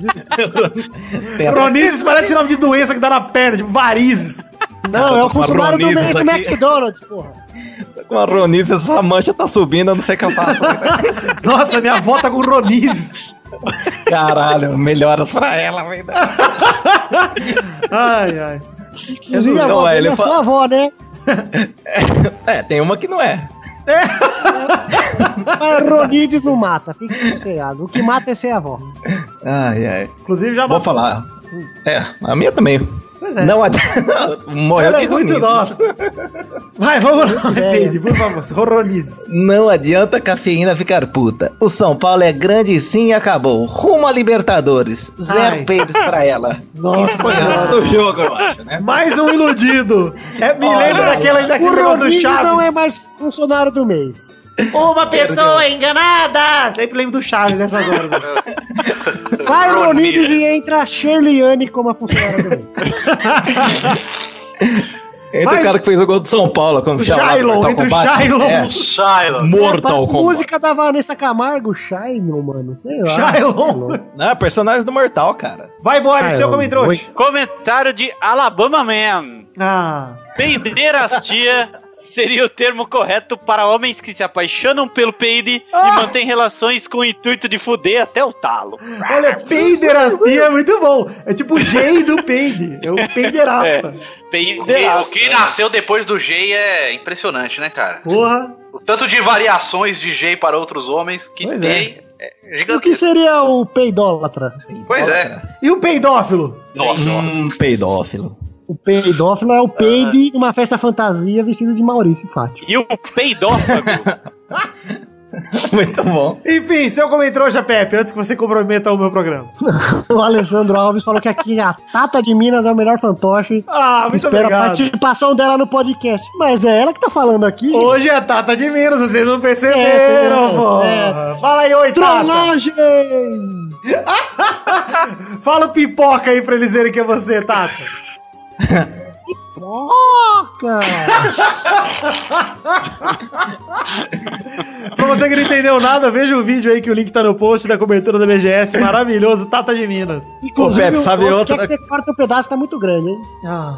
Tem até- Ronizes parece nome de doença que dá na perna, tipo varizes. Não, é o Tô com uma funcionário do mês um Ronizes do aqui. McDonald's, porra. Com a Ronizes, essa mancha tá subindo, eu não sei o que eu faço. Nossa, minha avó tá com Ronizes. Caralho, melhoras pra ela, velho. Ai, ai. Inclusive, a Não, avó é, dele ele é fala- sua avó, né? [laughs] É, tem uma que não é. Mas Ronides não mata, fica sossegado. O que mata é ser avó. Ai, ai. Inclusive, já Vou matou. falar. É, a minha também. Pois é. Não, a... [laughs] morreu Ela de é muito Ronizes. nossa. Vai, vamos lá, ideia. Peide, por favor. Ronizes. Não adianta a cafeína ficar puta. O São Paulo é grande e sim e acabou. Rumo a Libertadores. Ai. Zero peidos pra [laughs] ela. Nossa Foi antes do jogo, eu acho, né? Mais um iludido. É, me lembra daquela, daquele O negócio do Ronides Chaves. não é mais funcionário do mês. Uma pessoa enganada. Sempre lembro do Chaves nessas horas. Sai o Ronides e entra a Shirleyane como a funcionária [laughs] do mês. Entre Mas- o cara que fez o gol do São Paulo, como Então, O chama lá, Shailon, Mortal entre o Kombat. Shailon. É, Shiloh. Mortal Parece Kombat. música da Vanessa Camargo, Shine, mano. Sei lá. Shailon. sei lá. Não, é personagem do Mortal, cara. Vai, Boris, seu comentrouxa. Comentário de Alabama Man. Ah. Peiderastia seria o termo correto para homens que se apaixonam pelo peide Ah! e mantêm relações com o intuito de fuder até o talo. Olha, peiderastia é muito bom. É tipo o G do peide. É o peiderasta. O que- O que né? nasceu depois do G é impressionante, né, cara? Porra. O tanto de variações de G para outros homens que Pois tem é O que gigantesco. seria o peidólatra? Pois é. E o peidófilo? Nossa. Hum, peidófilo. [laughs] O peidófilo é o peide Ah. numa festa fantasia vestido de Maurício Fátio. E o [laughs] peidófago. Muito bom. Enfim, seu comentrouxa, Pepe, antes que você comprometa o meu programa. O Alessandro Alves falou que aqui a Tata de Minas é o melhor fantoche. Ah, muito Espero a obrigado. participação dela no podcast. Mas é ela que tá falando aqui. gente. Hoje é Tata de Minas, vocês não perceberam, É, sim, pô. é. Fala aí, oi, Tata. Trollagem! Fala o pipoca aí pra eles verem que é você, Tata. Pipoca! Pra você que não entendeu nada, veja o vídeo aí que o link tá no post da cobertura da BGS. Maravilhoso, Tata de Minas. Ô, Pepe, sabe outro outra- quer é que você corta o pedaço tá muito grande, hein? Ah,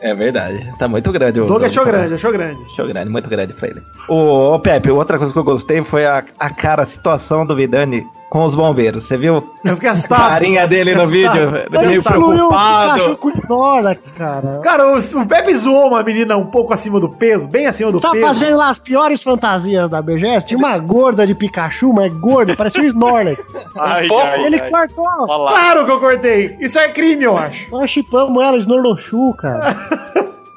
É verdade. Tá muito grande o. Doug o- achou grande, achou grande. Show grande, muito grande pra ele. Ô, ô, Pepe, outra coisa que eu gostei foi a, a cara, a situação do Vidani com os bombeiros. Você viu Eu fiquei a assustado. carinha dele no Assustado. vídeo? Meio Tá. Excluiu o preocupado. cachorro com o Snorlax, cara. Cara, o, o Pepe zoou uma menina um pouco acima do peso, bem acima do Tá peso. fazendo lá as piores fantasias da BGS. Tinha uma gorda de Pikachu, mas gorda, parecia um Snorlax. Ai, pouco. ai, Ele ai. cortou. Olha lá. Claro que eu cortei. Isso é crime, eu acho. Nós chipamos ela, Snorlochu, [laughs] cara.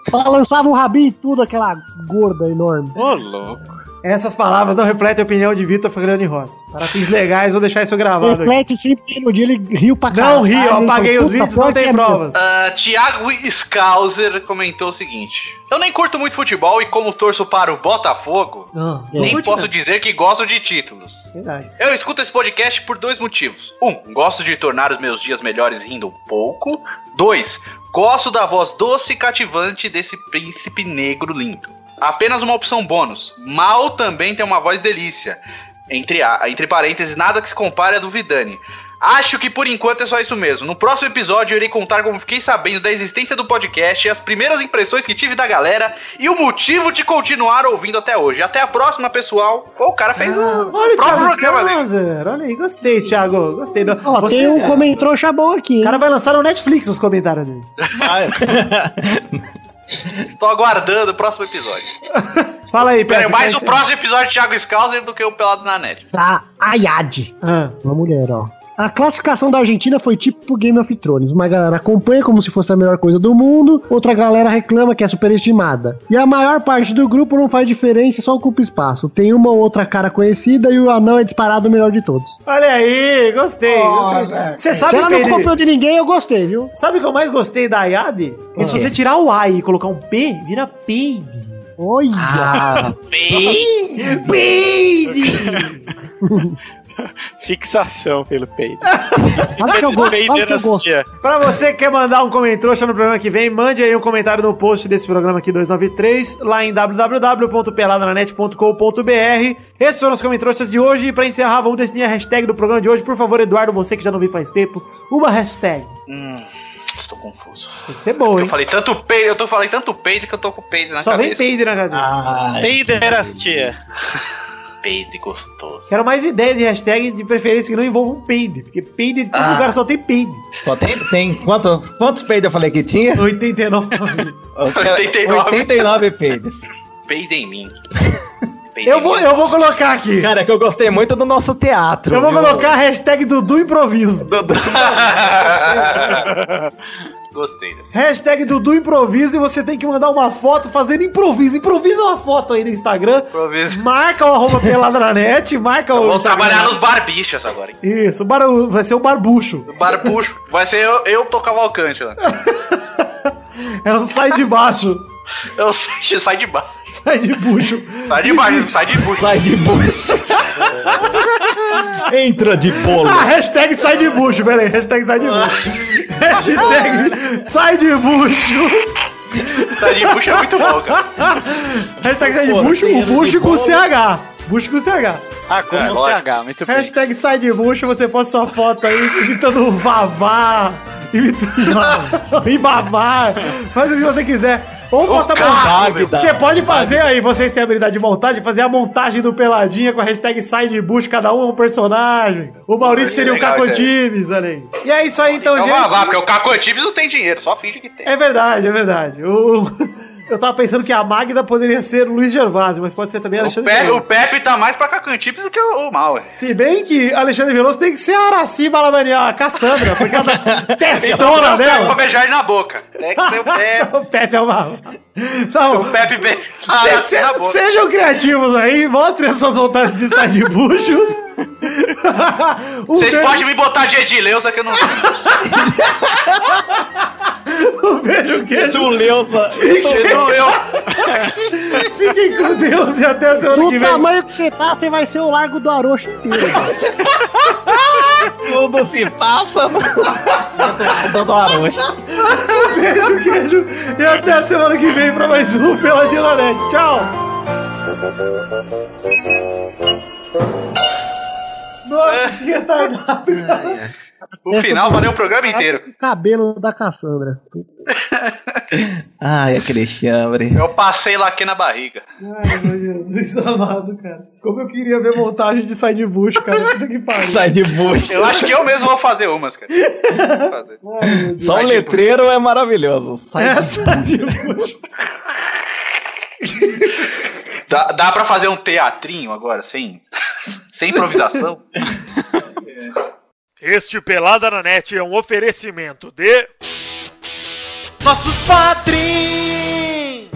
Balançava o rabinho e tudo, aquela gorda enorme. Ô, louco. Essas palavras não refletem a opinião de Vitor Fagliani Rossi. Para fins legais, vou deixar isso gravado aqui. Reflete sempre que no dia ele riu pra Não ri, Ele ó, falou, apaguei os "Puta, vídeos, não pior que tem é provas. Ah, Thiago Skauser comentou o seguinte: Eu nem curto muito futebol e, como torço para o Botafogo, Não, nem curte posso não. dizer que gosto de títulos. Verdade. Eu escuto esse podcast por dois motivos. Um, gosto de tornar os meus dias melhores rindo um pouco. Dois, gosto da voz doce e cativante desse príncipe negro lindo. Apenas uma opção bônus. Mal também tem uma voz delícia. Entre, a- entre parênteses, nada que se compare à do Vidani. Acho que por enquanto é só isso mesmo. No próximo episódio eu irei contar como fiquei sabendo da existência do podcast, as primeiras impressões que tive da galera e o motivo de continuar ouvindo até hoje. Até a próxima, pessoal. Pô, o cara fez o, Ah, Olha próprio o Thiago programa dele. Scanzer. Olha aí, gostei, Thiago. Gostei. do- Ó, Você- é. tem um comentrouxa bom aqui, O hein? cara vai lançar no Netflix os comentários dele. Tá. [laughs] Estou aguardando o próximo episódio. Fala aí, Pedro. Pera, mais o próximo episódio de Thiago Scalzer do que o Pelado na Net. da Tá, Ayad. Ah, Uma mulher, ó. A classificação da Argentina foi tipo Game of Thrones. Uma galera acompanha como se fosse a melhor coisa do mundo, outra galera reclama que é superestimada. E a maior parte do grupo não faz diferença, só ocupa espaço. Tem uma ou outra cara conhecida e o anão é disparado o melhor de todos. olha aí, gostei. gostei. Você sabe, se ela não Pedro, comprou de ninguém, eu gostei, viu? sabe o que eu mais gostei da Ayade? Que se quê? você tirar o A e colocar um P, vira Peide. Olha! Ah, Peide! Fixação pelo [laughs] peito. sabe o que eu, go sabe o que eu gosto? Peiderastia. pra você que quer mandar um comentrouxa no programa que vem, mande aí um comentário no post desse programa aqui 293, lá em www.peladananet.com.br. Esses foram os comentrouxas de hoje. E pra encerrar, vamos definir a hashtag do programa de hoje. Por favor, Eduardo, você que já não viu faz tempo, uma hashtag. Hum, estou confuso. Tem que ser boa, Eu hein? falei tanto peido, eu tô falei tanto peido que eu tô com peido na Só vem cabeça. Ah. peide na cabeça. Peiderastia. Peido gostoso. Quero mais ideias de hashtag, de preferência que não envolvam peide, porque peide em todo Ah. lugar só [laughs] tem peide. só tem, tem quanto, quantos peidos eu falei que tinha? 89. [laughs] 89. 89 peidos. Peido em [laughs] mim. Peido eu, em vou, mim. eu vou colocar aqui. Cara, é que eu gostei muito do nosso teatro. Eu vou viu? colocar a hashtag Dudu Improviso. [laughs] Gostei dessa. Hashtag Dudu Improviso e você tem que mandar uma foto fazendo improviso. Improvisa uma foto aí no Instagram. Improviso. Marca o arroba pelada na net, marca o. Vamos Instagram. trabalhar nos barbichas agora. hein? Isso, bar- vai ser o barbucho. Barbucho. Vai ser eu, eu tô cavalcante lá. É o sai de baixo. [laughs] Eu [laughs] sei, sai de baixo. Sai de bucho. Sai de baixo, sai de bucho. Sai de bucho. Entra de bolo. Ah, hashtag sai de bucho, pera aí, hashtag sai [laughs] de bucho. Hashtag sai de bucho. [laughs] Sai de bucho é muito bom, cara. Hashtag sai de Porteiro bucho, o de bucho com bolo. CH. Bucho com CH. Ah, como É, um lógico. CH, muito bem. Hashtag sai de bucho, você posta sua foto aí imitando o Vavá, imitando [laughs] e babar. Faz o que você quiser. Ou posta montagem. Bagdá. Você pode fazer aí, vocês têm a habilidade de montagem, fazer a montagem do Peladinha com a hashtag sai de bucho, cada um é um personagem. O Maurício seria o Legal, Caco isso aí. Times, olha aí. E é isso aí então, É o gente. Vavá, porque o Cacotibes não tem dinheiro, só finge que tem. É verdade, é verdade. O- [laughs] eu tava pensando que a Magda poderia ser Luiz Gervásio, mas pode ser também O Alexandre Pepe, o Veloso. Pepe tá mais pra Cacotibes do que o, o Mal, é. Se bem que Alexandre Veloso tem que ser a Araci Balabaniá, a Cassandra, por causa da testona Vou dela. beijar ele na boca. Tem que ser o [laughs] Pepe. o Pepe é uma... Não, O Pepe beijar se- ele assim na se- boca. sejam criativos aí, mostrem as suas vontades de sair de bucho. [laughs] Um Vocês beijo- podem me botar de Edileuza que eu não. um beijo queijo. Do Leusa. Vocês não eu. Fiquem com Deus e até a semana Do que vem. tamanho que você tá, você vai ser o Largo do Arocho inteiro. Tudo se passa no... Dando Arocha. Beijo, queijo. E até a semana que vem pra mais um Pela Dilanete. Tchau. Nossa, que retardado. O final valeu o programa inteiro. O cabelo da Cassandra. Ai, é aquele chambre. Eu passei lá aqui na barriga. Ai, meu Jesus amado, cara. Como eu queria ver montagem de Sidebush, cara. Puta que pariu. Sai de bucha. Eu acho que eu mesmo vou fazer umas, cara. Vou fazer. Só o letreiro é maravilhoso. Sai de Essa Sidebush. Dá, dá pra fazer um teatrinho agora, sem, sem improvisação? Este Pelada na Net é um oferecimento de. Nossos patrins!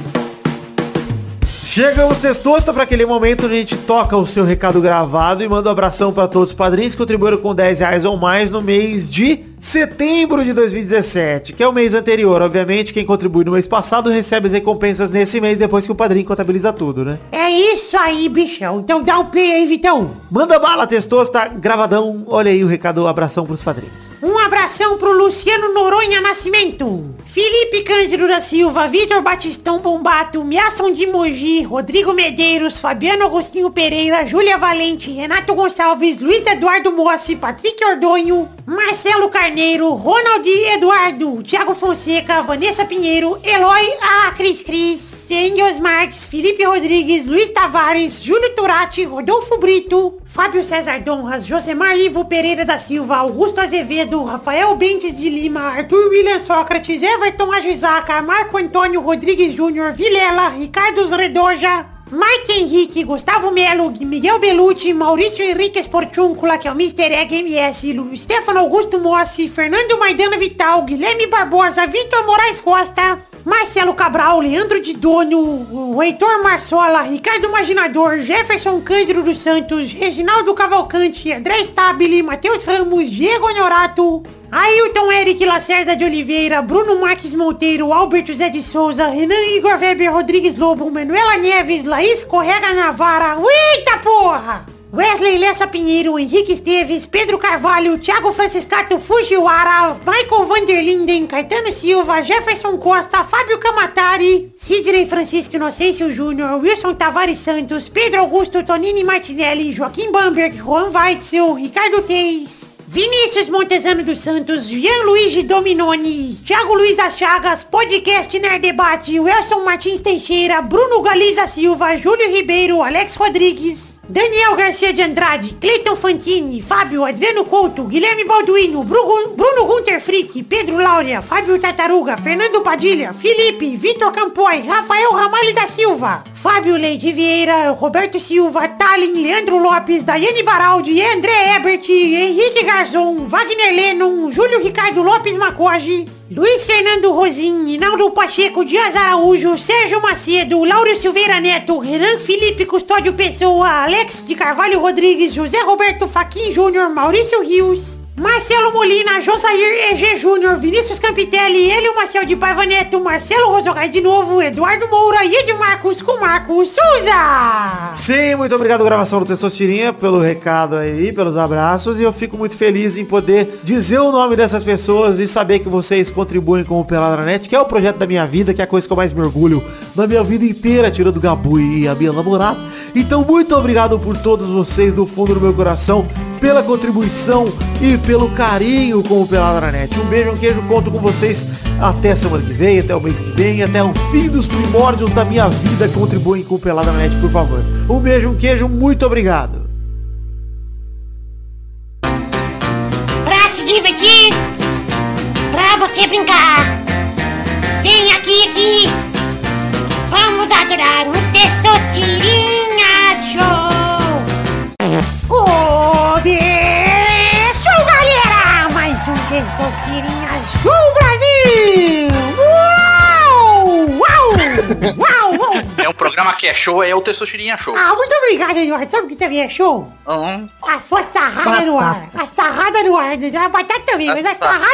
Chegamos testosta para aquele momento onde a gente toca o seu recado gravado e manda um abração para todos os padrinhos que contribuíram com 10 reais ou mais no mês de setembro de 2017, que é o mês anterior. Obviamente, quem contribui no mês passado recebe as recompensas nesse mês depois que o padrinho contabiliza tudo, né? É isso aí, bichão. Então dá o play aí, Vitão. Manda bala, testosta, gravadão. Olha aí o recado, um abração pros padrinhos. Um abração pro Luciano Noronha Nascimento, Felipe Cândido da Silva, Vitor Batistão Bombato, Miasson de Mogi, Rodrigo Medeiros, Fabiano Agostinho Pereira, Júlia Valente, Renato Gonçalves, Luiz Eduardo Mossi, Patrick Ordonho, Marcelo Carneiro, Ronald Eduardo, Thiago Fonseca, Vanessa Pinheiro, Eloy A. Cris Cris. Engels Marques, Felipe Rodrigues, Luiz Tavares, Júlio Turati, Rodolfo Brito, Fábio César Donras, Josemar Ivo Pereira da Silva, Augusto Azevedo, Rafael Bentes de Lima, Arthur William Sócrates, Everton Ajuzaca, Marco Antônio Rodrigues Júnior, Vilela, Ricardo Redoja, Mike Henrique, Gustavo Melo, Miguel Belucci, Maurício Henrique Esportúncula, que é o Mr. Egg MS, Lu- Stefano Augusto Mossi, Fernando Maidana Vital, Guilherme Barbosa, Vitor Moraes Costa, Marcelo Cabral, Leandro de Dono, o Heitor Marçola, Ricardo Maginador, Jefferson Cândido dos Santos, Reginaldo Cavalcante, André Stabile, Matheus Ramos, Diego Honorato, Ailton Eric Lacerda de Oliveira, Bruno Marques Monteiro, Alberto Zé de Souza, Renan Igor Weber Rodrigues Lobo, Manuela Neves, Laís Correga Navara, eita porra! Wesley Lessa Pinheiro, Henrique Esteves, Pedro Carvalho, Thiago Franciscato Fujiwara, Michael Vanderlinden, Caetano Silva, Jefferson Costa, Fábio Camatari, Sidney Francisco Inocêncio Júnior, Wilson Tavares Santos, Pedro Augusto Tonini Martinelli, Joaquim Bamberg, Juan Weitzel, Ricardo Teis, Vinícius Montezano dos Santos, Jean Luigi Dominoni, Thiago Luiz das Chagas, Podcast Nerd Debate, Wilson Martins Teixeira, Bruno Galiza Silva, Júlio Ribeiro, Alex Rodrigues, Daniel Garcia de Andrade, Cleiton Fantini, Fábio Adriano Couto, Guilherme Balduino, Bruno, Bruno Gunter Frick, Pedro Laura, Fábio Tartaruga, Fernando Padilha, Felipe, Vitor Campoy, Rafael Ramalho da Silva, Fábio Leite Vieira, Roberto Silva, Tallin, Leandro Lopes, Daiane Baraldi, André Ebert, Henrique Garzon, Wagner Lennon, Júlio Ricardo Lopes Macoge, Luiz Fernando Rosim, Hinaldo Pacheco, Dias Araújo, Sérgio Macedo, Lauro Silveira Neto, Renan Felipe Custódio Pessoa, Alex de Carvalho Rodrigues, José Roberto Faquin Júnior, Maurício Rios, Marcelo Molina, Josair EG Júnior, Vinícius Campitelli, Elio Maciel de Paiva Neto, Marcelo Rosogai de novo, Eduardo Moura e Edmarcos com Marcos Souza. Sim, muito obrigado, gravação do Testosterinha, pelo recado aí, pelos abraços. E eu fico muito feliz em poder dizer o nome dessas pessoas e saber que vocês contribuem com o Peladranet, que é o projeto da minha vida, que é a coisa que eu mais mergulho na minha vida inteira, tirando o Gabu e a minha namorada. Então, muito obrigado por todos vocês do fundo do meu coração, pela contribuição e pelo carinho com o Peladranet. Um beijo, um queijo, conto com vocês até semana que vem, até o mês que vem, até o fim dos primórdios da minha vida. Contribuem com o Peladranet, por favor. Um beijo, um queijo, muito obrigado. Pra se divertir, pra você brincar. Vem aqui, aqui. Vamos adorar o Testosterinha Show. Começou, galera! Mais um Testosterinha Show Brasil! Uau! Uau! Uau! Uau! É um programa que é show, é o Testosterinha Show. Ah, muito obrigado, Eduardo. Sabe o que também é show? Hum, A sua sarrada no ar. né? A sarrada no ar. A batata também, mas a Essa- sarrada no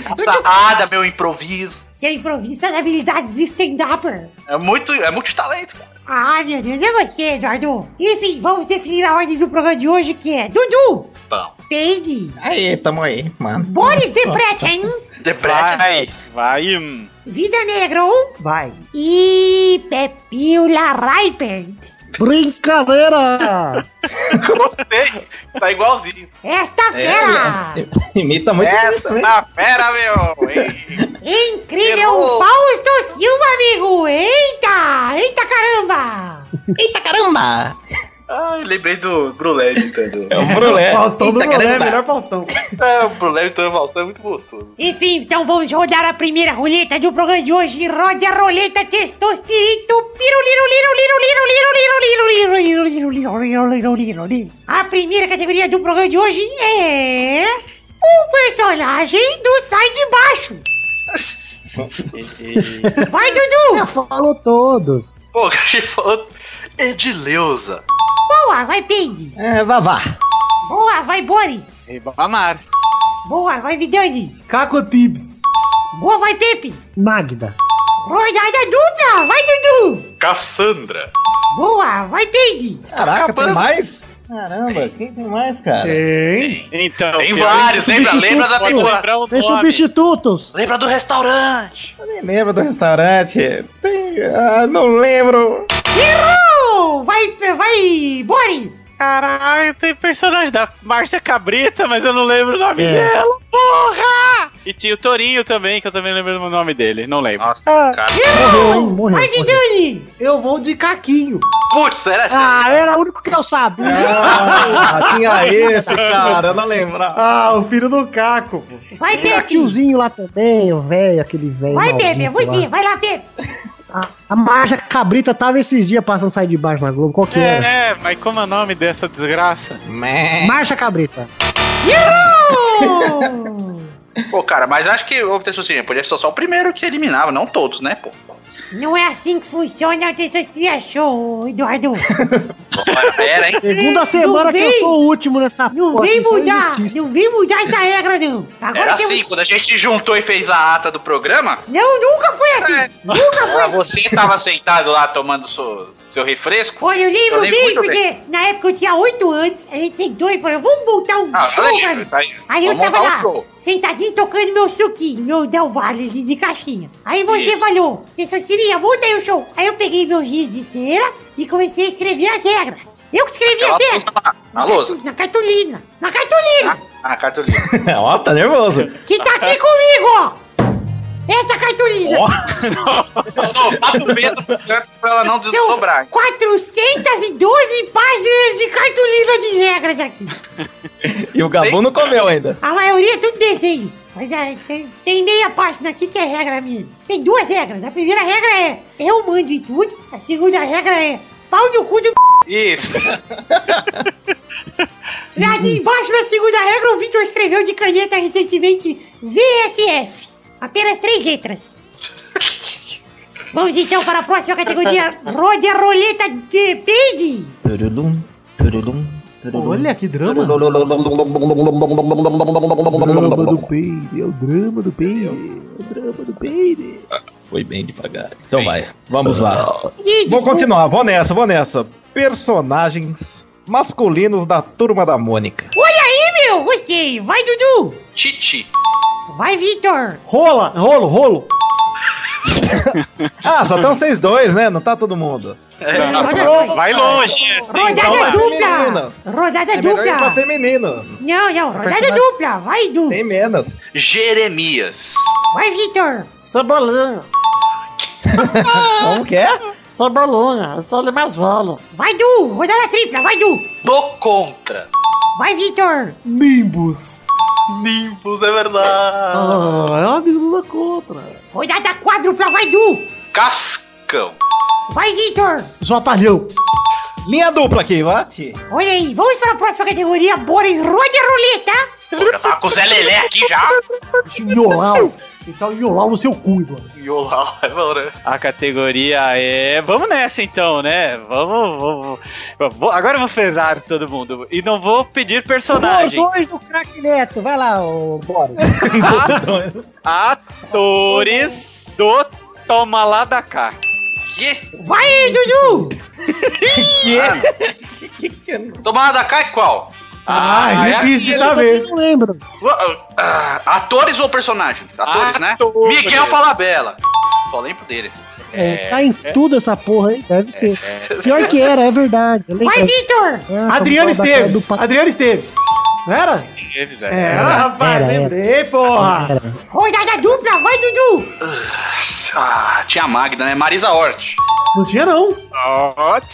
ar. Eu tô- sarrada, meu improviso. Seu improviso, suas habilidades de stand-upper. É muito, é muito talento, cara. Ah, meu Deus, eu gostei, Eduardo. Enfim, vamos definir a ordem do programa de hoje, que é Dudu, Bom. Peide, Aí, tamo aí, mano. Boris Deprechen, Debrete. Vai, vai. hum. Vida Negro Vai. e Pepila Raipert. Brincadeira! Gostei. Tá igualzinho. Esta fera! É, Imita muito bem também. Esta fera, meu. Ei, Incrível Errou. Fausto Silva, amigo! Eita! Eita caramba! Eita caramba! [laughs] Ah, eu lembrei do Brulé imitando. É um brulé. [laughs] Faustão do Eita Brulé, caramba. melhor Faustão. [laughs] É, o Brulé imitando o Faustão é muito gostoso. Enfim, então vamos rodar a primeira roleta do programa de hoje. Rode a roleta testosterito. A primeira categoria do programa de hoje é. O personagem do Sai de Baixo. Vai, Já Dudu! falou todos. Pô, o cara [laughs] falou Edileuza. Boa, vai, Pende. É, Vavá. Boa, vai, Boris. Amar. Boa, vai, Vidani. Caco Tibbs. Boa, vai, Pepe. Magda. Rodada dupla, vai, Dudu. Cassandra. Boa, vai, Pende. Caraca, Acabando. tem mais? Caramba, quem tem mais, cara? Tem. Então, Tem pior, vários, lembra? substituto, Lembra da pode tua. lembrar o Tem nome. substitutos. Lembra do restaurante. Eu nem lembro do restaurante. Tem... Ah, não lembro. Errou! Vai, vai, Boris! Caralho, tem personagem da Márcia Cabrita, mas eu não lembro o nome É. dela, porra! E tinha o Torinho também, que eu também lembro o nome dele, não lembro. Nossa, Ah. cara. Morreu, hein? Morreu. Vai, morreu. Vidani! Eu vou de Caquinho. Putz, era essa. Ah, era o único que eu sabia. Ah, [laughs] tinha esse, cara. Eu não lembrava. Ah, o filho do Caco. pô. Vai, Tinha o Pepe! tiozinho lá também, o velho, aquele velho. Vai, maldito Pepe, é você! lá. Vai lá, Pepe! A, a Marja Cabrita tava esses dias passando sair de baixo na Globo. Qual que era? É, é, mas como é o nome dessa desgraça? Mé. Marcha Cabrita. Errou! Pô, cara, mas acho que o Tessucinha podia ser só o primeiro que eliminava, não todos, né, pô? Não é assim que funciona o Tessostia Show, Eduardo! Era, hein? Segunda semana que eu vem. sou o último nessa Não porra, vem isso é mudar! injustiça. Não vem mudar essa regra, não! Era Agora assim, temos... quando a gente juntou e fez a ata do programa, Não, nunca foi É. assim! Nunca foi ah, assim! você tava sentado lá tomando seu, seu refresco. Olha, eu lembro Eu lembro bem, muito porque na época eu tinha 8 anos, a gente sentou e falou, vamos montar um Ah, show, Alexandre, mano. isso aí. Aí eu Vamos tava montar um lá, show. sentadinho tocando meu suquinho, meu Del Valle ali de caixinha. Aí você Isso. falou, você seria, monta aí o show. Aí eu peguei meu giz de cera e comecei a escrever as regras. Eu que escrevi Aquela as regras. lousa lá, na lousa. Na cartolina. Na cartolina, Ah, na cartolina. [laughs] Ó, tá nervoso. que tá [laughs] aqui comigo, ó. Essa cartolina. Não, bata o dedo no canto pra ela não São desdobrar. 412 páginas de cartolina de regras aqui. E o Gabu não comeu ainda. A maioria é tudo desenho. Mas é, tem, tem meia página aqui que é regra minha. Tem duas regras. A primeira regra é eu mando em tudo. A segunda regra é pau no cu do [laughs] p****. Isso. Lá de embaixo da segunda regra, o Victor escreveu de caneta recentemente VSF. Apenas três letras. Vamos então para a próxima categoria. Rode a roleta de Pede. Turulum, turulum, turulum. Olha que drama. Drama peide, é o drama do peide, é o drama do peide. Foi bem devagar. Então vai, vamos lá. E Vou continuar, vou nessa, vou nessa. Personagens masculinos da turma da Mônica. Olha aí, meu. Gostei. Vai, Dudu. Titi. Vai, Victor. Rola, rolo, rolo. Ah, só estão vocês dois, né? Não tá todo mundo. É. Tá Rodada, Vai longe, assim, essa, hein? rodada Então menina. dupla. Rodada É melhor ir dupla. pra feminino. Não, não, rodada personagem- dupla. Vai, Du. Tem menos. Jeremias. Vai, Vitor. Sabolinha, Como que é? sabolinha, eu sou ele mais velho. Vai, Du. Rodada tripla. Vai, Du. Do contra. Vai, Vitor. Nimbus. Nimbus, é verdade. Ah, é um amigo da contra. Rodada quádrupla. Vai, Du. Cascão. Vai, Vitor. Jotalhão. Linha dupla aqui, bate. Olha aí, vamos para a próxima categoria. Boris, rode a roleta. Pô, já tava Tá com o Zé Lelé aqui já. Iolau. Deixar o Iolau no seu cu, mano. Yolau, é bom, né? A categoria é. Vamos nessa então, né? Vamos, vamos. vou- Agora eu vou ferrar todo mundo. E não vou pedir personagem. dois do craque neto, vai lá, ô Boris. Atores. do Toma lá da cá. Que? Vai, Dudu! Tomada cá é qual? Ah, Ah, é difícil de aquele- saber. Não lembro. Ah, ah, atores ou personagens? Atores, né? Atores. Miguel Falabella. Só lembro dele. É, tá em tudo essa porra aí, deve ser. Pior que era, é verdade. Eu lembro. Vai, Vitor! Ah, essa Adriano porra da cara Esteves. do pa- Adriano Esteves. Não era? Eles, Era, é. rapaz, era, lembrei, porra. Era. Rodada dupla, vai, Dudu! Ah, tinha a Magda, né? Marisa Hort. Não tinha, não. Ótimo.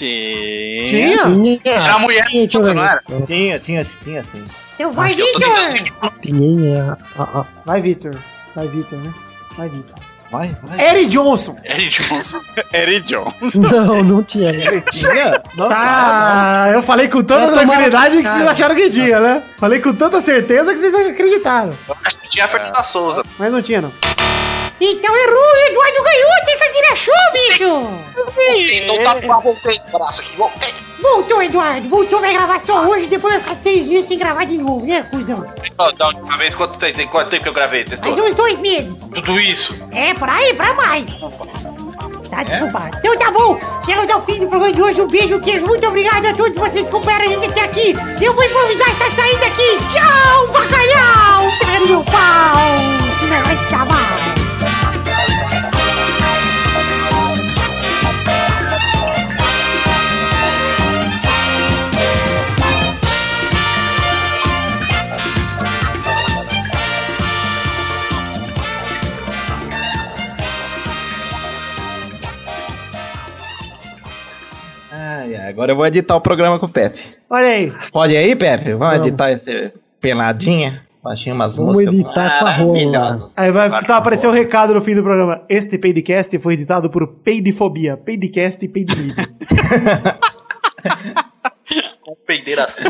Tinha? é. Era a mulher Tinha, do outro, não era? Tinha, tinha, tinha, sim. Então vai, Eu tô Vitor! tentando- Tinha, ah, ah. Vai, Vitor. Vai, Vitor, né? Vai, Vitor. Vai, vai. Eric Johnson. Eric Johnson. Eric John. Não, não tinha. Tinha? Não, Tá, eu falei com Vai tanta tomar tranquilidade na que vocês cara. acharam que tinha, né? Falei com tanta certeza que vocês acreditaram. Acho que tinha a Fernanda Souza. Mas não tinha, não. Então errou, Eduardo ganhou, essa zirachou, bicho! Então tatuar, voltei o braço aqui, voltei. Voltou, Eduardo, voltou, vai gravar só hoje, depois vai ficar seis meses sem gravar de novo, né, cuzão? Ó, Da última vez, quanto tem- tem- quanto tempo que eu gravei? Testou? Mais uns dois meses. Tudo isso. É, por aí, pra mais. Tá, desculpa. Então tá bom. Chegamos ao fim do programa de hoje. Um beijo, um queijo. Muito obrigado a todos vocês que acompanharam a gente até aqui. Eu vou improvisar essa saída aqui. Tchau, bacalhau. Pega meu pau. Não vai ficar mal. Ai, ai, agora eu vou editar o programa com o Pepe. Olha aí. Pode aí, Pepe? Vamos, Vamos. editar esse peladinha? Baixinho umas Vamos músicas. editar com a rola. maravilhosas. Aí vai tá, aparecer o recado no fim do programa. Este Peidcast foi editado por Peidifobia. Peidcast e Peidmídia. Peideira assim.